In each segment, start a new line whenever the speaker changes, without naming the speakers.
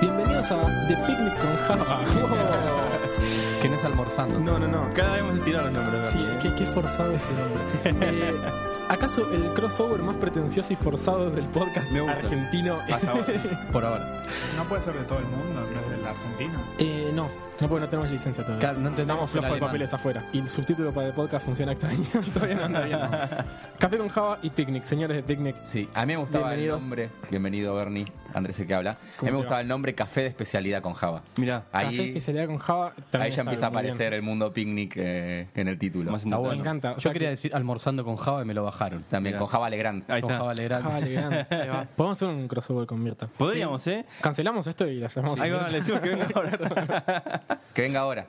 Bienvenidos a The Picnic con Java. que no es almorzando.
No, no, no. Cada vez más estiraron los nombres.
Sí, qué, qué forzado este nombre. Eh, ¿Acaso el crossover más pretencioso y forzado del podcast
Me gusta.
argentino?
Hasta ahora.
Por ahora.
No puede ser de todo el mundo, no es de la Argentina.
Eh, no, no porque no tenemos licencia todavía.
Claro, no entendemos
Estamos flojos
el
de
alemán.
papeles afuera. Y el subtítulo para el podcast funciona extraño. todavía no anda bien. Café con Java y Picnic, señores de Picnic.
Sí, a mí me gustaba el
Bienvenidos.
nombre. Bienvenido, Bernie. Andrés, el que habla. A
¿Cómo
mí
te
me
va?
gustaba el nombre Café de Especialidad con Java.
Mirá,
Café
Ahí,
que se le da con Java. también
ahí ya
está
empieza a
muy bien.
aparecer el mundo picnic eh, en el título.
más
Me
bueno.
encanta. O
Yo
sea
quería
que-
decir almorzando con Java y me lo bajaron.
También
Mirá.
con Java Legrand.
Ahí
Con Java
está.
Legrand.
Java Legrand. Podemos hacer un crossover con Mirta.
Podríamos, ¿eh?
Cancelamos esto y la llamamos. a
Ahí va,
Mirta.
le decimos que venga ahora.
Que venga ahora.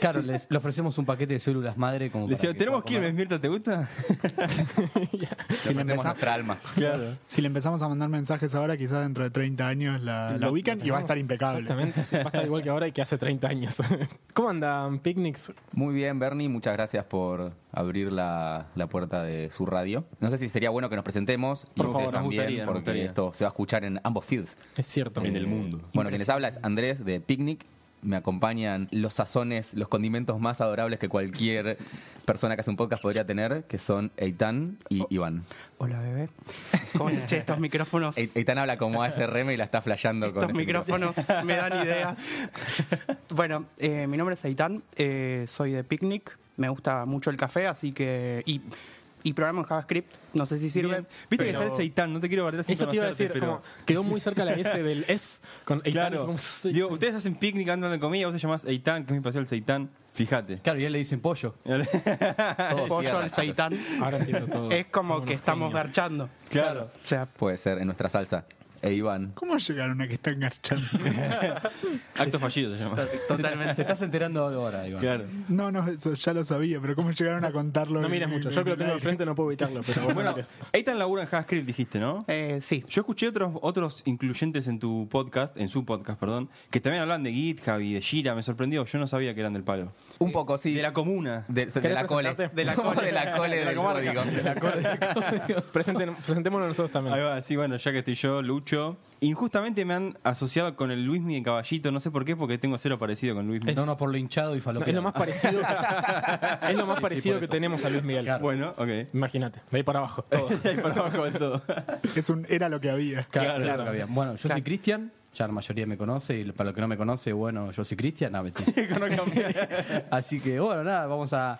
Claro, les, le ofrecemos un paquete de células madre como
Le
para
decimos,
que
tenemos
pueda
que irme,
comer".
Mirta, ¿te gusta?
Si
empezás-
nuestra alma.
Claro.
Si le empezamos a mandar mensajes ahora, quizás dentro de 30 años la, la ubican y va a estar impecable.
Exactamente. Sí, va a estar igual que ahora y que hace 30 años. ¿Cómo andan picnics?
Muy bien, Bernie, muchas gracias por abrir la, la puerta de su radio. No sé si sería bueno que nos presentemos y
Por
ustedes
favor, nos
también,
gustaría, nos
porque
gustaría.
esto se va a escuchar en ambos feeds.
Es cierto.
Eh, Bueno, quien les habla es Andrés de Picnic. Me acompañan los sazones, los condimentos más adorables que cualquier persona que hace un podcast podría tener, que son Eitan y Iván.
Hola, bebé. Con che, estos micrófonos.
Ei- Eitan habla como ASRM y la está flasheando con
Estos
este
micrófonos me dan ideas. Bueno, eh, mi nombre es Aitán, eh, soy de Picnic, me gusta mucho el café, así que. Y, y programa en JavaScript, no sé si sirve.
Bien. Viste que
Pero-
está el seitán, no te quiero bardear sin
Eso te iba a
conocerte,
decir,
pero-
como, quedó muy cerca la S del S con Eitan, y fue
Claro.
como, sí.
Digo, ustedes hacen picnic, andan en comida, vos te llamás Eitan, que es mi paseo el seitán. Fíjate.
Claro, y a él le dicen pollo.
todo
Pollo
cierra.
al seitán.
Ahora entiendo todo.
Es como
Somos
que
unos
estamos
genios.
garchando.
Claro.
O sea,
Puede ser en nuestra salsa. E Iván.
¿Cómo llegaron a que están garchando?
Acto fallido se llama.
Te
totalmente.
estás enterando de algo ahora, Iván.
Claro.
No, no, eso ya lo sabía, pero ¿cómo llegaron a contarlo?
No mires
en-
mucho.
en-
Yo que lo
en
tengo
el aire?
enfrente no puedo evitarlo, pero vos
Bueno,
no mires.
Eitan labura en JavaScript, dijiste, ¿no?
Eh, sí.
Yo escuché otros, otros incluyentes en tu podcast, en su podcast, perdón, que también hablan de GitHub y de Jira. Me sorprendió, yo no sabía que eran del palo.
Un poco, sí.
De la comuna.
De, de
¿Querés
la cole.
presentarte?
De la cole. de la cole del código.
Presenten- presentémonos nosotros
Ahí
también.
va, sí, bueno, ya que estoy yo, Lucho. Injustamente me han asociado con el Luismi de Caballito, no sé por qué, porque tengo cero parecido con Luismi.
No, no, por lo hinchado y
No,
falopero.
es lo más parecido, es lo más
Sí,
parecido
por
que
eso.
tenemos a Luis Miguel.
Bueno, ok.
Imagínate, de ahí para abajo. todo.
Ahí para abajo del todo.
Es un, era lo que había.
Claro,
Claro.
claro que había. Bueno, yo soy Cristian, ya la mayoría me conoce, y para lo que no me conoce, bueno, yo soy Cristian, no, mentira. Así que, bueno, nada, vamos a,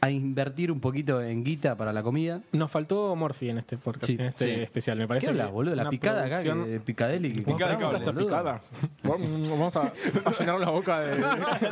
a invertir un poquito en guita para la comida.
Nos faltó Morphy en este podcast,
Sí,
en este
sí.
especial, me parece.
¿Qué hablas,
que
boludo? La
una
picada acá,
producción-
que- Picadeli. que-
Picada de
Vamos a
cable,
esta picada. Vamos a, a llenar la boca de.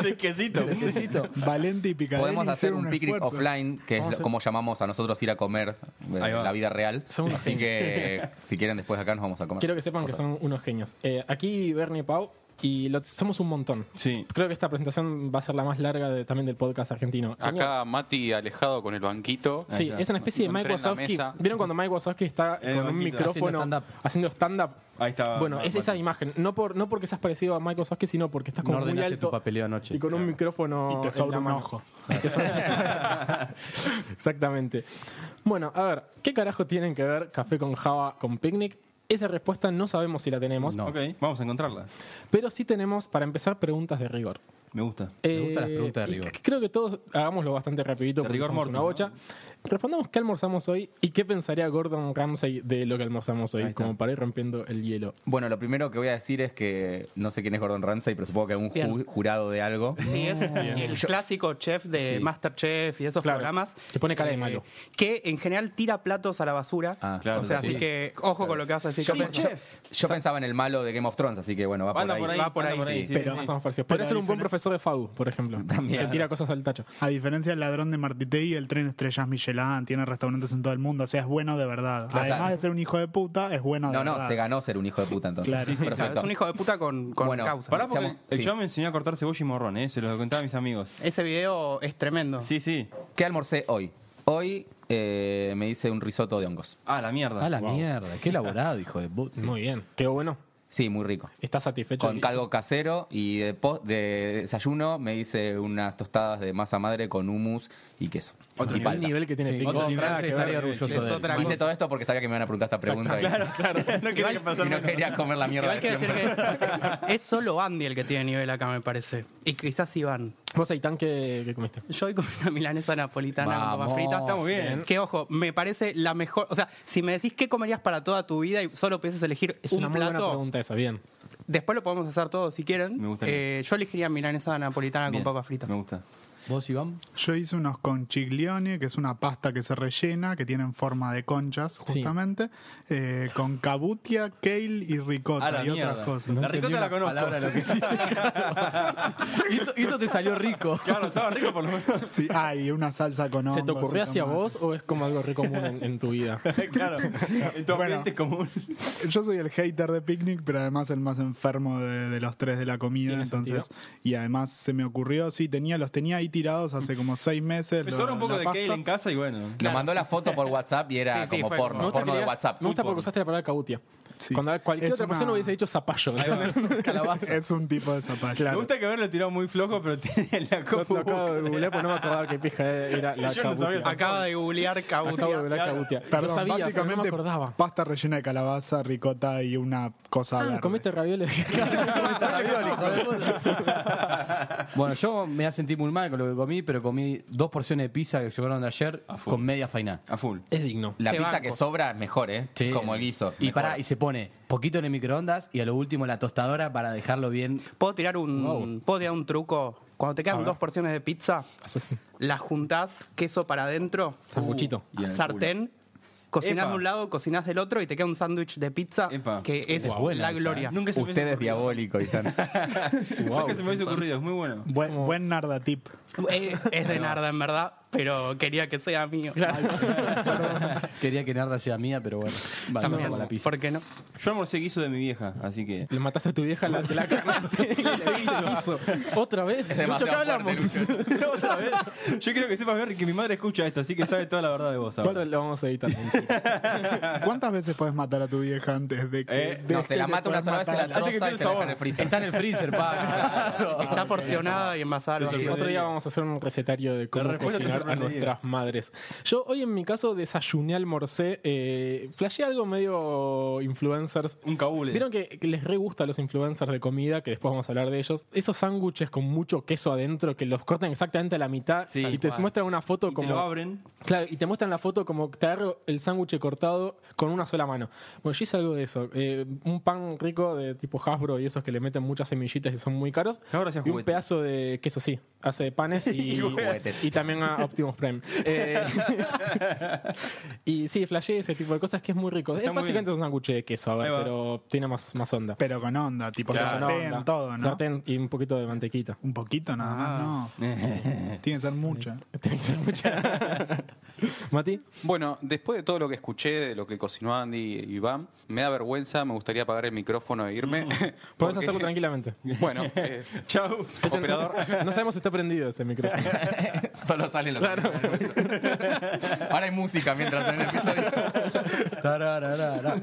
de quesito.
Necesito.
Valente y Picadelli
Podemos hacer
hicieron
un picnic
esfuerzo.
offline, que es
Vamos a
lo-
hacer-
como llamamos a nosotros ir a comer en
Ahí va.
la vida real.
Son unos
Así que si quieren después acá nos vamos a comer.
Quiero que sepan que
cosas.
son unos genios. Eh, aquí Bernie Pau y lo- somos un montón.
Sí.
Creo que esta presentación va a ser la más larga de- también del podcast argentino.
Acá Mati alejado con el banquito.
Sí, es una especie de Mike
Encontré en la
Wazowski.
mesa.
¿Vieron cuando Mike Wazowski está
En el
con un
banquito. Ah,
micrófono
Haciendo stand-up.
haciendo stand-up?
Ahí está.
bueno, es esa
Mati.
imagen. No, por, no porque seas parecido a Mike Wazowski, sino porque estás
No
como muy
ordenaste tu
alto
papeleo anoche.
y con un micrófono
Y te
en
sobra
la
un
mano.
ojo.
Exactamente. Bueno, a ver, ¿qué carajo tienen que ver café con Java con picnic? Esa respuesta no sabemos si la tenemos,
No.
Ok, vamos a encontrarla.
pero sí tenemos, para empezar, preguntas de rigor. Eh,
Me gusta.
Me gustan las preguntas de
y
rigor.
c- Creo que todos hagámoslo bastante rapidito.
De
porque
rigor
somos
mortis,
una bocha. Respondamos qué almorzamos hoy y qué pensaría Gordon Ramsay de lo que almorzamos
Ahí
hoy,
está.
como para ir rompiendo el hielo.
Bueno, lo primero que voy a decir es que no sé quién es Gordon Ramsay, pero supongo que algún ju-
Bien.
jurado de algo.
Sí, es el clásico chef de
Sí.
Masterchef y esos
Claro.
programas. eh,
Que pone cara de malo.
Que en general tira platos a la basura.
Ah,
claro,
o sea,
sí.
así que ojo con lo que vas a decir.
Yo,
Sí,
pen- yo- yo pensaba en el malo de Game of Thrones, así que bueno, va por
Anda
ahí.
por ahí,
va por
anda
ahí,
sí,
Pero-
sí, sí.
Más o menos parecido. Podría
Pero
ser un buen
diferente-
profesor de FADU, por ejemplo.
También.
Que tira cosas al tacho.
A diferencia del ladrón de Martitegui, el tren estrellas Michelin tiene restaurantes en todo el mundo, o sea, es bueno de verdad.
sea,
Además de ser un hijo de puta, es bueno de
No,
verdad.
no, se ganó ser un hijo de puta entonces.
Claro. Sí, sí,
O sea,
Perfecto.
Ah, es un hijo de puta con, con
Bueno,
causa.
Pará porque
Seamos-
el
sí.
chaval me enseñó a cortar cebolla y morrón, ¿eh? Se lo contaba a mis amigos.
Ah. Ese video es tremendo.
Sí, sí.
¿Qué almorcé hoy? Hoy eh, me hice un risotto de hongos.
Ah, la mierda.
A la mierda, qué elaborado, hijo de puta.
Muy bien, qué bueno.
Sí, muy rico.
¿Estás satisfecho?
Con caldo casero y de, po- de desayuno me hice unas tostadas de masa madre con hummus y queso.
Otro
y
El
palta.
nivel.
nivel que tiene
Sí,
Pico.
otro nivel.
Nada que
Estaría
ver,
orgulloso
che,
de
es
él.
otra
Hice todo esto porque sabía que me iban a preguntar esta pregunta y-
no quería que
y,
pasara
no quería comer la mierda.
Igual hay que
de
decir
siempre.
que es solo Andy el que tiene nivel acá, me parece. Y quizás Iván.
¿Vos, Aitán, qué, qué comiste?
Yo hoy comí una milanesa napolitana con
Vamos.
papas fritas.
Estamos
bien. Que ojo, me parece la mejor. O sea, si me decís qué comerías para toda tu vida y solo pudieses elegir
Es
un
una muy buena
plato,
pregunta esa, bien.
después lo podemos hacer todos si quieren.
Me gustaría.
Eh, yo elegiría milanesa napolitana
Bien,
con papas fritas.
Me gusta.
¿Vos, Iván?
Yo hice unos conchiglione, que es una pasta que se rellena, que tienen forma de conchas,
Sí.
justamente, eh, con cabutia, kale y
A
ricota
la
y
mierda.
otras cosas.
La
entendí
ricota la
una
conozco.
palabra de lo que hiciste. y, eso, y eso te salió rico.
Claro, estaba rico por lo menos.
Sí, ah, y una salsa con
¿Se te
hongos y
ocurrió hacia
tomates.
vos o es como algo re común en, en tu vida?
claro. En tu
Bueno.
ambiente es común.
Yo soy el hater de Picnic, pero además el más enfermo de, de los tres de la comida,
Tiene
entonces... Y además se me ocurrió, sí, tenía, los tenía ahí tirados hace como seis meses.
Me
lo-
sobra un poco
la
de
pasta.
kale en casa y bueno.
Nos mandó la foto por WhatsApp y era
Sí, sí,
como
fue
porno,
como-
gusta
porno
que
de
digas-
WhatsApp.
Me gusta porque
Fútbol.
usaste la palabra cautia.
Sí.
Cuando cualquier
Es
otra persona
una-
hubiese dicho zapallo.
Calabaza.
Es un tipo de zapallo.
Claro.
Me gusta que haberlo tirado muy flojo, pero tiene la
Yo lo
copa.
acabo de googlear porque no me acordaba qué pija era la
Yo no sabía
cautia.
tampoco.
Acaba de googlear
Acabo de
cabutia.
googlear cautia.
Perdón,
Yo sabía, pero
básicamente
no me acordaba.
pasta rellena de calabaza, ricota y una cosa
Ah,
verde.
comiste ravioles.
bueno, yo me la sentí muy mal con lo que comí, pero comí dos porciones de pizza que llevaron de ayer
full.
con media fainá.
A full.
es digno.
La
Te
pizza
banco.
que sobra es mejor, ¿eh?
Sí.
Como el guiso.
Y,
mejor.
pará, y se pone poquito en el microondas y a lo último en la tostadora para dejarlo bien.
¿Puedo tirar un, ¿Puedo tirar un truco? Cuando te quedan dos porciones de pizza,
Haces un
las juntás, queso para adentro,
sanguchito.
Y en el
sartén, cocinás
Epa.
de un lado, cocinás del otro y te queda un sándwich de pizza
Epa.
que es
Guau, buena
la
esa,
gloria.
¿eh?
Nunca se me
Usted
hubiese
es diabólico, Itán.
ocurrido. Nunca se me hubiese ocurrido, es muy bueno.
Buen, buen narda tip.
Eh, es de Narda, en verdad, pero quería que sea mío.
Quería que Narda sea mía, pero bueno, vale,
También,
vamos a la pizza.
¿Por qué no?
Yo almorcé guiso de mi vieja, así que.
Le mataste a tu vieja la, la carnaste. Otra vez.
Es
Mucho que
demasiado
hablamos.
fuerte, Lucio.
Otra vez. Yo quiero que sepas, Berry, que mi madre escucha esto, así que sabe toda la verdad de vos ahora.
Eso lo vamos a editar.
¿Cuántas veces puedes matar a tu vieja antes de que.?
Eh,
de
No, se
que
la
le
mata una
puedas
sola vez, se la
matar?
Antes que
troza
esté el
y se la deja
sabor.
en el freezer.
Está en el freezer, pa. Claro.
Está porcionada y envasada al
Sí, sí,
vacío.
Otro día vamos a hacer un recetario de
La
cómo
respuesta te
cocinar a
sorprendería.
nuestras madres. Yo hoy en mi caso desayuné, almorcé, eh, flashé algo medio influencers.
Un cabule.
Vieron que que les re gusta a los influencers de comida, que después vamos a hablar de ellos. Esos sándwiches con mucho queso adentro que los cortan exactamente a la mitad
Sí,
y te
igual.
muestran una foto
Y
como.
te lo abren.
Claro, y te muestran la foto como te agarro el sándwich cortado con una sola mano. Bueno, yo hice algo de eso. Eh, un pan rico de tipo Hasbro y esos que le meten muchas semillitas y son muy caros.
Ahora hacía
y un
juguete.
pedazo de queso, sí. Hace panes y,
juguetes.
y también a Optimus Prime. Eh, y sí, flashé ese tipo de cosas que es muy rico.
Está
es
muy
básicamente un sándwich de queso, a
Ahí
ver,
va.
pero tiene más, más onda.
Pero con onda, tipo
Con
sartén,
onda.
todo, ¿no?
Sartén y un poquito de mantequita.
Un poquito nada
Ah.
más, no. Tiene que ser mucha.
Tiene que ser mucha. Mati,
Bueno, después de todo lo que escuché, de lo que cocinó Andy y Iván, me da vergüenza, me gustaría apagar el micrófono e irme.
puedes Mm.
porque-
hacerlo tranquilamente.
Bueno, eh,
Chau.
operador,
No sabemos si está prendido ese micrófono.
Solo salen los Ahora hay música mientras en el episodio.
Tarararara.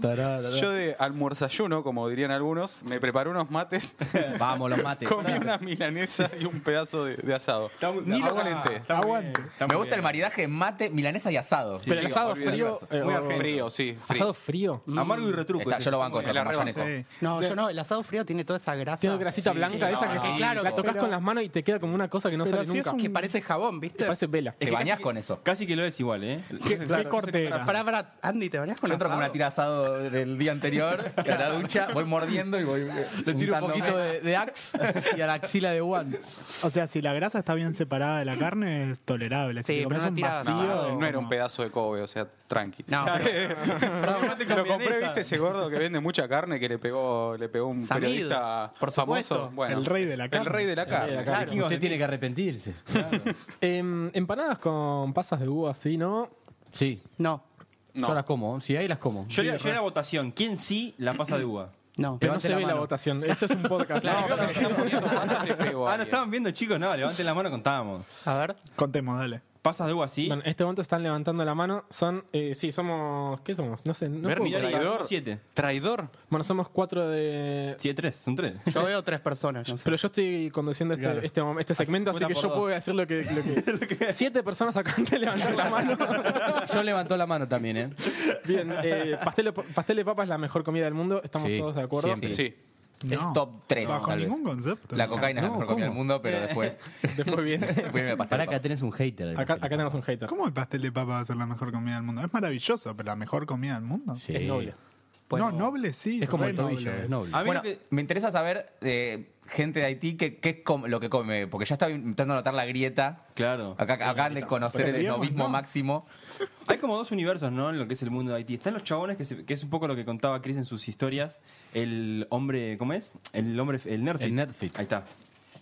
Tarararara.
yo de almuerzayuno, como dirían algunos, me preparé unos mates,
Vamos, los mates.
comí una milanesa y un pedazo de, de asado. Ni lo calenté.
ah. Aguante.
Me gusta el maridaje mate, milanesa y asado.
Pero
sí,
el asado
olvídalo.
frío.
Es
eh,
muy
o-
argentino. Frío, sí, frío.
Asado frío.
Amargo y retruco.
Está,
ese.
yo lo banco eso,
La
con mayonesa.
Sí.
No, yo no. El asado frío tiene toda esa grasa.
Tiene grasita
Sí,
blanca esa que
no,
se-
sí,
claro,
la tocas
pero-
con las manos y te queda como una cosa que no
pero
sale
si es
nunca.
un-
Que
que parece jabón, ¿viste?
parece vela.
Te bañás con eso.
Casi que lo es igual, ¿eh?
¿Qué, qué corte
Pará,
era?
pará, pará. Andy, ¿te bañás con
Yo entro con
asado?
una tira asado del día anterior, a la ducha, voy mordiendo y voy.
Le tiro un poquito
untándome.
de, de Axe y a la axila de Juan.
O sea, si la grasa está bien separada de la carne, es tolerable. Si
Sí,
te
pero
comes
una
un
tirada,
vacío.
No, no era un
como-
pedazo de Kobe, o sea, tranqui.
No, pero-
Lo compré, viste, ese gordo que vende mucha carne que le pegó, le pegó un
Samido,
periodista
por supuesto.
famoso. Bueno,
El rey de la carne.
El rey de la
rey de
carne.
la carne.
Usted tiene que arrepentirse.
Em, empanadas con pasas de uva, sí, ¿no?
Sí.
no,
No.
Yo las como. Si hay, las como.
Yo era, yo era votación. ¿Quién sí la pasa de uva?
no.
Pero Eh, no
Levante
se
la
ve la
mano.
votación. Eso es un podcast. No,
Están poniendo masa, le pegó
Ah, ¿no
a alguien.
estaban viendo, chicos? No, levanten la mano, contamos.
A ver.
Contemos, dale.
pasas de uva así.
Bueno, en este momento están levantando la mano. Son, eh, sí, somos, ¿qué somos? No sé. No
Ver,
puedo
mirá,
creer.
Traidor.
Siete.
Traidor.
bueno, somos cuatro de...
Sí, tres, son tres.
Yo veo tres personas. no sé.
Pero yo estoy conduciendo este, este, mom- este segmento, así
una
que
por
yo
dos.
puedo hacer lo que... lo que- Siete personas acaban de levantar la mano.
Yo levantó la mano también, ¿eh?
Bien, eh, pastel, de pa- pastel de papa es la mejor comida del mundo. Estamos
Sí,
todos de acuerdo.
siempre.
Sí.
No,
es top 3.
Bajo ningún concepto.
La cocaína es la
No,
mejor comida
¿cómo?
del mundo, pero después.
Después viene...
después me
Pará,
pastel.
acá tenés un hater.
Acá, acá tenemos un hater.
¿Cómo el pastel de papa va a ser la mejor comida del mundo? Es maravilloso, pero la mejor comida del mundo.
Sí.
Es noble.
Pues-
no, noble sí.
Es como
re
el tobillo,
noble.
es noble.
Ah,
A mí
Bueno,
lo que-
me interesa saber, eh, gente de Haití, qué qué es com- lo que come, porque ya estaba intentando notar la grieta.
Claro.
Acá acaban de conocer el
Pero
novismo
digamos, no.
máximo.
Hay como dos universos, ¿no? En lo que es el mundo de Haití. Están los chabones, que, se- que es un poco lo que contaba Chris en sus historias. El hombre, ¿cómo es? El hombre, el nerd.
El
fit.
nerd fit.
Ahí está.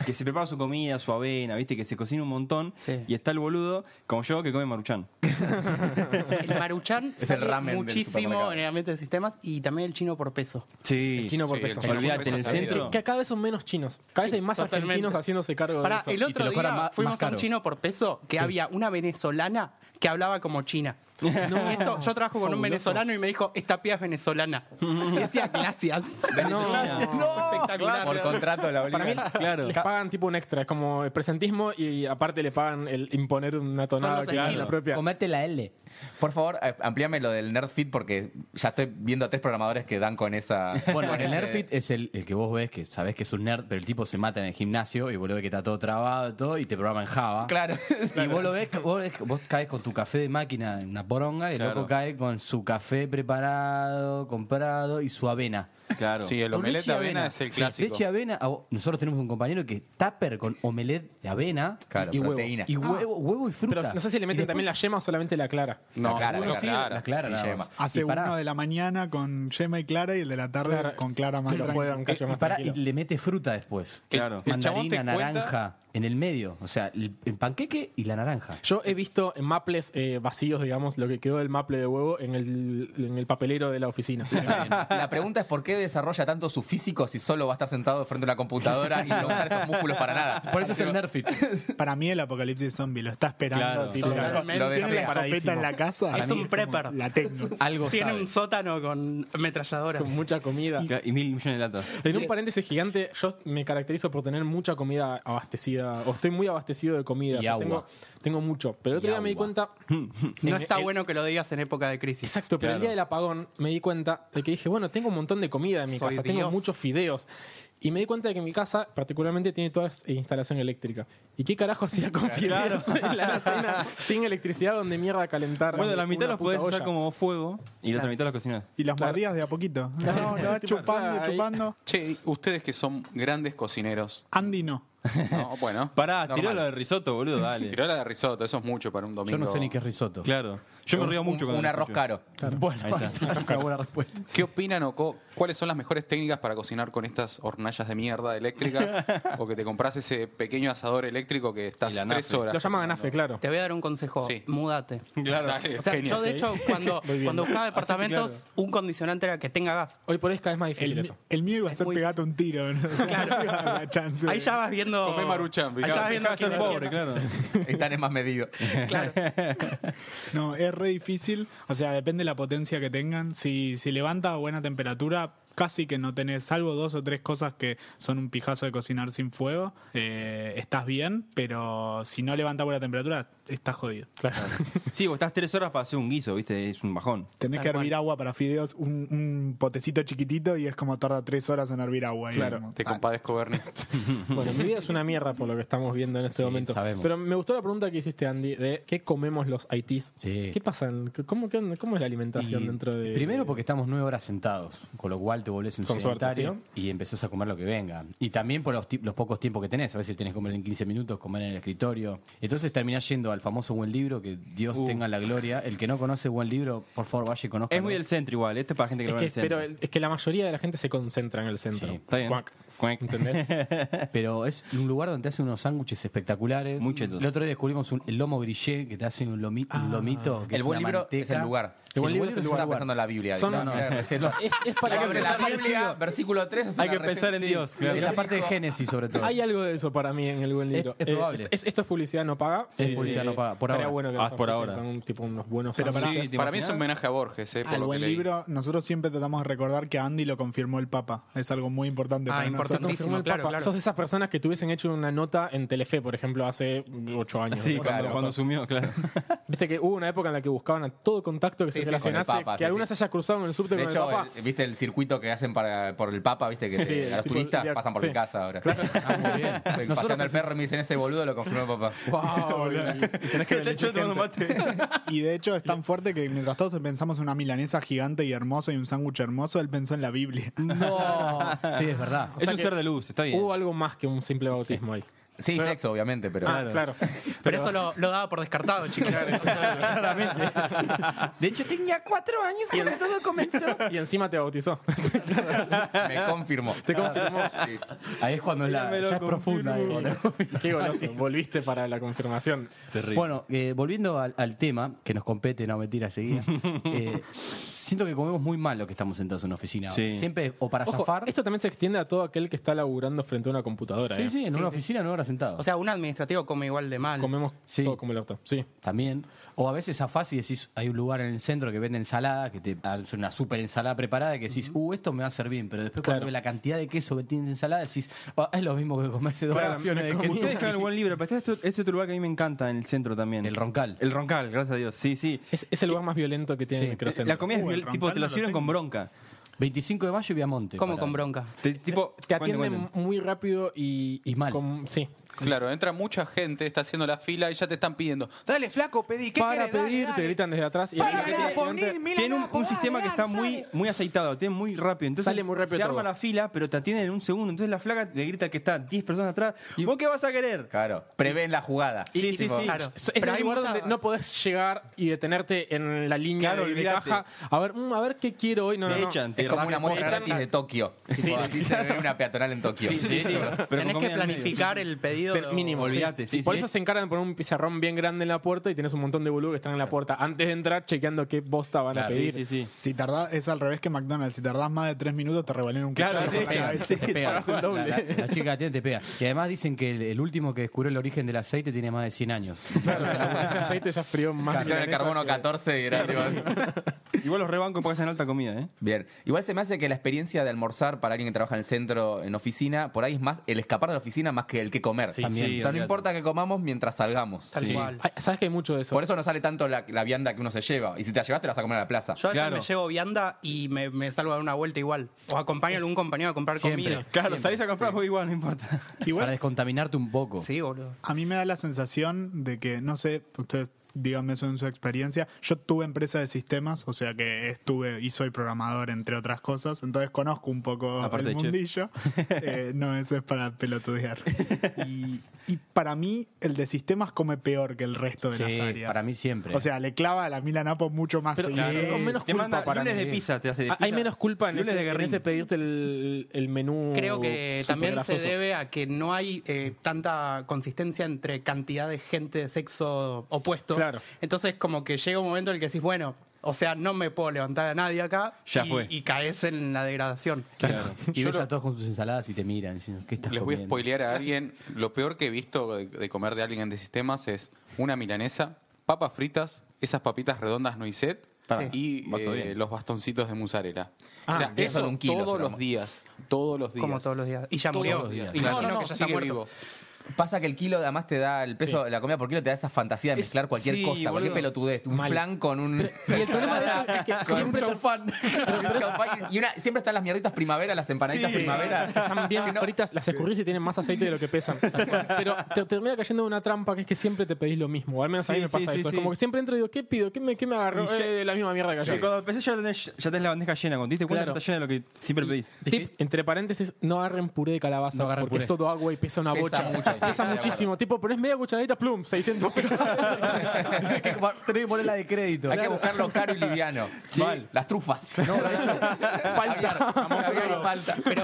Que se prepara su comida, su avena, ¿viste? Que se cocina un montón. Y está el boludo, como yo, que come maruchan.
El maruchan
Es el
sale
ramen del
muchísimo
supermercado.
en el ambiente de sistemas y también el chino por peso.
Sí.
El chino por
Sí, el
peso.
chino por
Olvídate, en el
peso está
centro.
bien.
Que cada vez son menos chinos. Cada vez hay más
Totalmente.
argentinos haciéndose cargo
Pará,
de
el
eso.
otro
lo cobran
día
más-
fuimos
más
a un
caro.
chino por peso que había una venezolana que hablaba como china. Y esto, yo trabajo con un venezolano y me dijo, esta piba es venezolana. Y decía, gracias.
No.
Gracias. No, espectacular.
Por contrato la
Para mí
obligan.
Claro.
les pagan tipo un extra, es como el presentismo y aparte le pagan el imponer una tonada
los
que es la
estilos.
propia.
Comerte la L.
Por favor, eh, amplíame lo del Nerdfit porque ya estoy viendo a tres programadores que dan con esa.
Bueno,
con
el
ese-
Nerdfit es el, el que vos ves, que sabés que es un nerd, pero el tipo se mata en el gimnasio y vos lo ves que está todo trabado y todo y te programa en Java.
Claro.
Y vos lo ves, vos, ves- vos caes con tu café de máquina en una poronga y el
Claro.
loco cae con su café preparado, comprado y su avena.
Claro.
Sí, el
Con
omelette
leche
de
y
avena es el
Sí,
clásico.
leche y avena. a vos- Nosotros tenemos un compañero que tupper con omelette de avena
Claro,
y huevo.
proteína.
Y huevo, huevo y fruta.
Pero no sé si le meten también la yema o solamente la clara.
No,
La clara,
uno
la
sí,
clara.
La clara,
Sí,
nada
yema.
más.
Hace
Y pará,
Ah, uno de la mañana con Yema y Clara y el de la tarde
Clara-
con Clara más
que lo
tranqui.
juegan cacho
y
más
pará, y
tranquilo.
le mete fruta después.
Claro.
El chabón te
Mandarina,
cuenta-
naranja, en el medio. O sea, el, el panqueque y la naranja.
Yo he visto en maples eh, vacíos, digamos, lo que quedó del maple de huevo en el, en el papelero de la oficina.
La pregunta es por qué desarrolla tanto su físico si solo va a estar sentado frente a una computadora y no usar esos músculos para nada.
Por eso es el Nerfit.
Para mí el apocalipsis zombie lo está esperando.
Claro.
tipo,
Totalmente.
Lo
tiene la
desea.
escopeta en la casa.
Es un prepper.
La tengo.
Algo
Tiene
sabe.
un sótano con ametralladoras.
con mucha comida.
Claro, Y mil millones de latas.
En un paréntesis gigante, yo me caracterizo por tener mucha comida abastecida, o estoy muy abastecido de comida.
Y
O sea,
agua.
Tengo, tengo mucho. Pero el otro
Y
día me di
agua.
cuenta.
No
en-
está
el-
bueno que lo digas en época de crisis.
Exacto, pero el
Claro.
día del apagón me di cuenta de que dije, bueno, tengo un montón de comida en mi
Soy
casa, tengo
Dios.
muchos fideos. Y me di cuenta de que mi casa, particularmente, tiene toda la instalación eléctrica. ¿Y qué carajo hacía con fideos en la cena sin electricidad donde mierda calentar?
Bueno, la
una
mitad los
puta
podés usar
olla?
como fuego y la otra mitad los cocinás.
Y los mordías de a poquito. No, lo va chupando,
Ahí.
chupando.
Che, ustedes que son grandes cocineros.
Andy no.
No, bueno.
Pará,
normal.
tiró lo de risotto, boludo, dale.
Tiró la de risotto, eso es mucho para un domingo.
Yo no sé ni qué es risotto.
Claro. Yo me río mucho
Un-
con
Un arroz caro.
Bueno, es una buena respuesta.
¿Qué opinan o co- cuáles son las mejores técnicas para cocinar con estas hornallas de mierda eléctricas? o que te compras ese pequeño asador eléctrico que estás
Y la
tres
nafe.
Lo
horas.
llaman ganafe, claro.
Te voy a dar un consejo.
Sí.
Múdate.
Claro.
Dale,
O sea,
genio.
yo de hecho, cuando, cuando buscaba departamentos,
Así
un condicionante era que tenga gas.
Hoy por hoy es cada vez más difícil
El,
eso.
el mío iba a ser
muy-
pegate un tiro. ¿no? O sea, no iba a dar la chance.
Ahí ya vas viendo.
Comé maruchan,
Ahí ya vas
fíjate.
viendo.
Dejá de ser
que no
pobre, claro.
Están en más medido.
No, es re difícil. O sea, depende de la potencia que tengan. Si, si levanta a buena temperatura, casi que no tenés, salvo dos o tres cosas que son un pijazo de cocinar sin fuego, eh, estás bien, pero si no levanta a buena temperatura, estás jodido.
Sí, vos estás tres horas para hacer un guiso, viste, es un bajón.
Tenés que hervir agua para fideos, un, un potecito chiquitito y es como tarda tres horas en hervir agua. Ah, y
Claro,
es como-
Te compadezco, Bernie.
Bueno, mi vida es una mierda por lo que estamos viendo en este
Sí,
momento.
sabemos.
Pero me gustó la pregunta que hiciste, Andy, de qué comemos los Haitis.
Sí.
¿Qué pasa? en- ¿Cómo, qué onda? ¿Cómo es la alimentación
Y
dentro de...?
Primero porque estamos nueve horas sentados, con lo cual te volvés un
Con suerte,
sedentario y empezás a comer lo que venga. Y también por los, ti- los pocos tiempos que tenés, a veces tenés que comer en 15 minutos, comer en el escritorio. Entonces terminás yendo al famoso buen libro, que Dios
Uh.
tenga la gloria. El que no conoce buen libro, por favor vaya y conozca.
Es muy del centro igual, este es para gente que
Es
lo ve en
que,
el centro.
pero el- es que la mayoría de la gente se concentra en el centro.
Sí,
Está bien.
Cuac.
Cuac.
¿Entendés?
Pero es un lugar donde te hacen unos sándwiches espectaculares.
Muy chetos.
El otro día descubrimos un el lomo grillé, que te hacen un, lomi-
Ah.
un lomito. que
El
es
buen
una
libro
manteca.
es el lugar.
Sí,
buen libro es el
Estaba
lugar.
pensando en la Biblia.
Son-
digo,
no,
mira,
no.
recetas.
es, es para
Abre la la Biblia, versículo 3. es
Hay
una
que pensar en
receta-
Dios, claro.
En la parte de Génesis, sobre todo.
Hay algo de eso para mí en el buen libro. Eh,
Es- es probable.
es- esto es publicidad no paga.
Es publicidad no paga, por
estaría
ahora.
bueno que
Ah,
nos
por ahora.
ofrezcan un tipo unos buenos
Pero
sándwiches.
Sí, ¿te
Para mí es un
imaginas?
homenaje a Borges, eh, por
Al
lo que
buen
leí.
libro, nosotros siempre tratamos de recordar que a Andy lo confirmó el Papa. Es algo muy importante
Ah,
para
importante.
nosotros.
Confirmó el
Claro,
Papa.
claro.
Sos de esas personas que te hubiesen hecho una nota en Telefe, por ejemplo, hace ocho años.
Sí,
¿no?
cuando,
Cuando
cuando
pasó.
asumió, claro.
Viste que hubo una época en la que buscaban a todo contacto que
Sí,
se
sí, con el
relacionase,
Papa,
que
sí,
algunas
sí.
haya cruzado en el subte
De
con
hecho,
el papá.
el- viste el circuito que hacen para, por el Papa, viste que
Sí,
te- a los
tipo,
turistas
ya-
pasan por
sí.
mi casa ahora. Estoy Paseando el perro y me dicen ese boludo lo confirmó el papá.
Wow, y tenés que bendecir gente.
Y de hecho es tan fuerte que mientras todos pensamos en una milanesa gigante y hermosa y un sándwich hermoso, él pensó en la Biblia.
Sí, es verdad.
es un ser de luz, está bien.
Hubo algo más que un simple bautismo ahí.
Sí, sexo, obviamente, pero.
Ah, claro.
Pero, eso lo, lo daba por descartado, chicos.
De hecho, tenía cuatro años cuando todo comenzó.
Y encima te bautizó.
Me confirmó.
Te confirmó.
Sí.
Ahí es cuando la,
Me lo
ya es profunda.
confirmo.
eh, cuando-
Qué goloso. Volviste para la confirmación.
Bueno, eh, volviendo al, al tema que nos compete, no mentira seguida. eh, siento que comemos muy mal lo que estamos sentados en una oficina.
Sí.
Siempre, o para
Ojo,
zafar.
esto también se extiende a todo aquel que está laburando frente a una computadora.
sí,
eh.
sí, en una oficina no era sentado.
O sea, un administrativo come igual de mal.
Comemos
Sí.
todo como el orto. Sí.
También. O a veces a y decís, hay un lugar en el centro que vende ensalada, que te hace una super ensalada preparada, que decís, uh, esto me va a servir bien. Pero después
Claro.
cuando ves la cantidad de queso que tiene la ensalada, decís, "Ah, es lo mismo que comerse dos
Claro,
raciones
me
de
comí-
queso.
Ustedes el buen libro, pero este, es otro- este es otro lugar que a mí me encanta en el centro también.
El Roncal.
El roncal, gracias a Dios. Sí, sí.
Es, es el lugar más violento que tiene
Sí.
el microcentro.
La comida es
Uh, el
viol- tipo,
Roncal
te lo
no lo
sirven
tengo.
con bronca.
25 de mayo y Viamonte.
Como
para-
con bronca.
Te, tipo,
Te
cuenten,
atienden
cuenten.
muy rápido y,
Y mal.
con- sí.
Claro, entra mucha gente, está haciendo la fila y ya te están pidiendo. Dale, flaco, pedí. ¿Qué
Para
querés? Dale,
pedir,
dale".
te gritan desde atrás. Y
Para,
el que
para,
te-
poní,
delante-
mira,
Tienen un,
no,
un
podá,
sistema que
mirá,
está
sale.
muy, muy aceitado, tienen muy rápido. Entonces
Sale muy rápido
se arma
todo.
la fila, pero te atienden en un segundo. Entonces la flaca le grita al que está 10 personas atrás. ¿Vos qué vas a querer?
Claro, prevén la jugada.
Sí, sí, sí.
Claro.
Es
Pero
el
hay
lugar
mucha-
donde no podés llegar y detenerte en la línea
Claro,
de, de
olvidate.
caja. A ver, mm, a ver qué quiero hoy. No, no,
Te
no.
echan, te
Es como
rajan
una muestra
por-
gratis de Tokio. Tipo, así se ve una peatonal en Tokio.
Sí, sí, sí. Pero con
Tenés
comida
que
en medio.
planificar el pedido.
Pero mínimo.
Olvídate, sí,
Y por
sí.
eso se encargan de poner un pizarrón bien grande en la puerta y tenés un montón de boludos que están en la puerta antes de entrar chequeando qué bosta van a
Claro,
pedir.
Sí, sí, sí.
Si tardás, es al revés que McDonald's. Si tardás más de tres minutos, te revalían un
Claro,
cuchillo.
sí.
Te pega.
pagas el
La,
doble.
la- la chica que atiende te pega. Y además dicen que el, el último que descubrió el origen del aceite tiene más de 100 años.
Ese aceite ya frió más.
Hicieron el
milanesa
carbono
que-
14 y era tipo-
Igual los rebancos porque hacen alta comida, ¿eh?
Bien, igual se me hace que la experiencia de almorzar para alguien que trabaja en el centro, en oficina, por ahí es más el escapar de la oficina más que el que comer.
También. sí,
o sea, no
olvídate.
importa que comamos mientras salgamos.
Tal
Sí.
cual.
Ay, Sabes que hay mucho de eso.
Por eso no sale tanto la, la vianda que uno se lleva. Y si te la llevas, te la vas a comer a la plaza.
Yo a veces
Claro.
me llevo vianda y me, me salgo a dar una vuelta igual. O acompaño a algún compañero a comprar
Siempre.
comida.
Claro, salís a comprar porque igual, no importa.
Para descontaminarte un poco.
Sí, boludo.
A mí me da la sensación de que, no sé, ustedes díganme eso en su experiencia. Yo tuve empresa de sistemas, o sea que estuve y soy programador, entre otras cosas. Entonces conozco un poco
Aparte
el
de chef.
mundillo. Eh, no, eso es para pelotudear. Y, y para mí, el de sistemas come peor que el resto de
Sí,
las áreas.
para mí siempre.
O sea, le clava a la Mila Napo mucho más.
Pero
seguido.
sí, con menos
Te
culpa
manda
para
lunes
mí.
de pizza, te hace de
Ah, Hay
pizza.
menos culpa en
Lunes de
ese, en
guerrín.
ese pedirte el, el menú.
Creo que también se
supergrasoso.
debe a que no hay eh, tanta consistencia entre cantidad de gente de sexo opuesto.
Claro.
Entonces, como que llega un momento en el que decís, bueno, o sea, no me puedo levantar a nadie acá.
Ya
y,
fue.
y caes en la degradación.
Y ves a todos con sus ensaladas y te miran diciendo, ¿qué estás
Les voy a
comiendo?".
spoilear a alguien. Lo peor que he visto de, de comer de alguien de sistemas es una milanesa, papas fritas, esas papitas redondas noiset
Pará,
y
va todo
eh,
bien.
los bastoncitos de mozzarella.
Ah,
o sea,
bien.
eso
Eso de un kilo,
todos
será
los
más.
días. Todos los días.
Como todos los días. Y ya
Todos
murió.
los días.
Y
No,
imagino
no,
que
no,
ya está
sigue
muerto.
vivo.
Pasa que el kilo además te da el peso de la comida por kilo, te da esa fantasía de
Es-
mezclar cualquier
sí,
cosa, cualquier
boludo.
pelotudez. Un
Mal.
flan con un.
Y el problema de eso es que
con
siempre
un
te-
chaufán. Un chaufán. y una, siempre están las mierditas primavera, las empanaditas
Sí.
primavera.
Están bien fritas, las escurrís y tienen más aceite de lo que pesan. Pero te termina cayendo en una trampa que es que siempre te pedís lo mismo. Al menos a mí
Sí,
me pasa
sí, sí,
eso. Es
sí.
como que siempre entro y digo, ¿qué pido? ¿Qué me, qué me agarró?
Y yo-
Eh, la misma mierda que
Pero
ayer.
Cuando empecés ya tenés, ya tenés la bandeja llena. Cuando te diste cuenta
Claro.
ya está llena de lo que siempre pedís.
Tip, entre paréntesis, no agarren puré de calabaza
No agarren
porque
puré.
es todo agua y pesa una bocha.
Pesa mucho,
Pesa muchísimo. Tipo, ponés media cucharadita, plum, 600 pesos.
Tenés que poner la de crédito. Hay que buscarlo caro y liviano. Mal. Las trufas. No, de hecho. Palta. Caviar y palta.
Pero,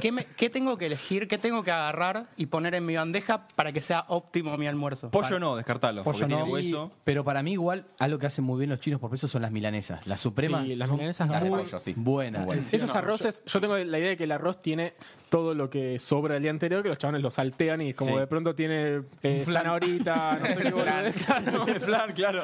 ¿qué, me- qué tengo que elegir? ¿Qué tengo que agarrar y poner en mi bandeja para que sea óptimo mi almuerzo?
Pollo no, descartalo.
Pollo
porque
no.
tiene hueso.
Y- pero para mí igual algo que hacen muy bien los chinos por peso son las milanesas. Las supremas
Sí, las
son
milanesas
Las de
muy
pollo, sí.
buenas.
Muy buenas.
Esos arroces, yo tengo la idea de que el arroz tiene todo lo que sobra del día anterior, que los chavales lo saltean y como
Sí.
de pronto tiene eh, zanahorita, no sé qué boludez, claro.
El flan, claro.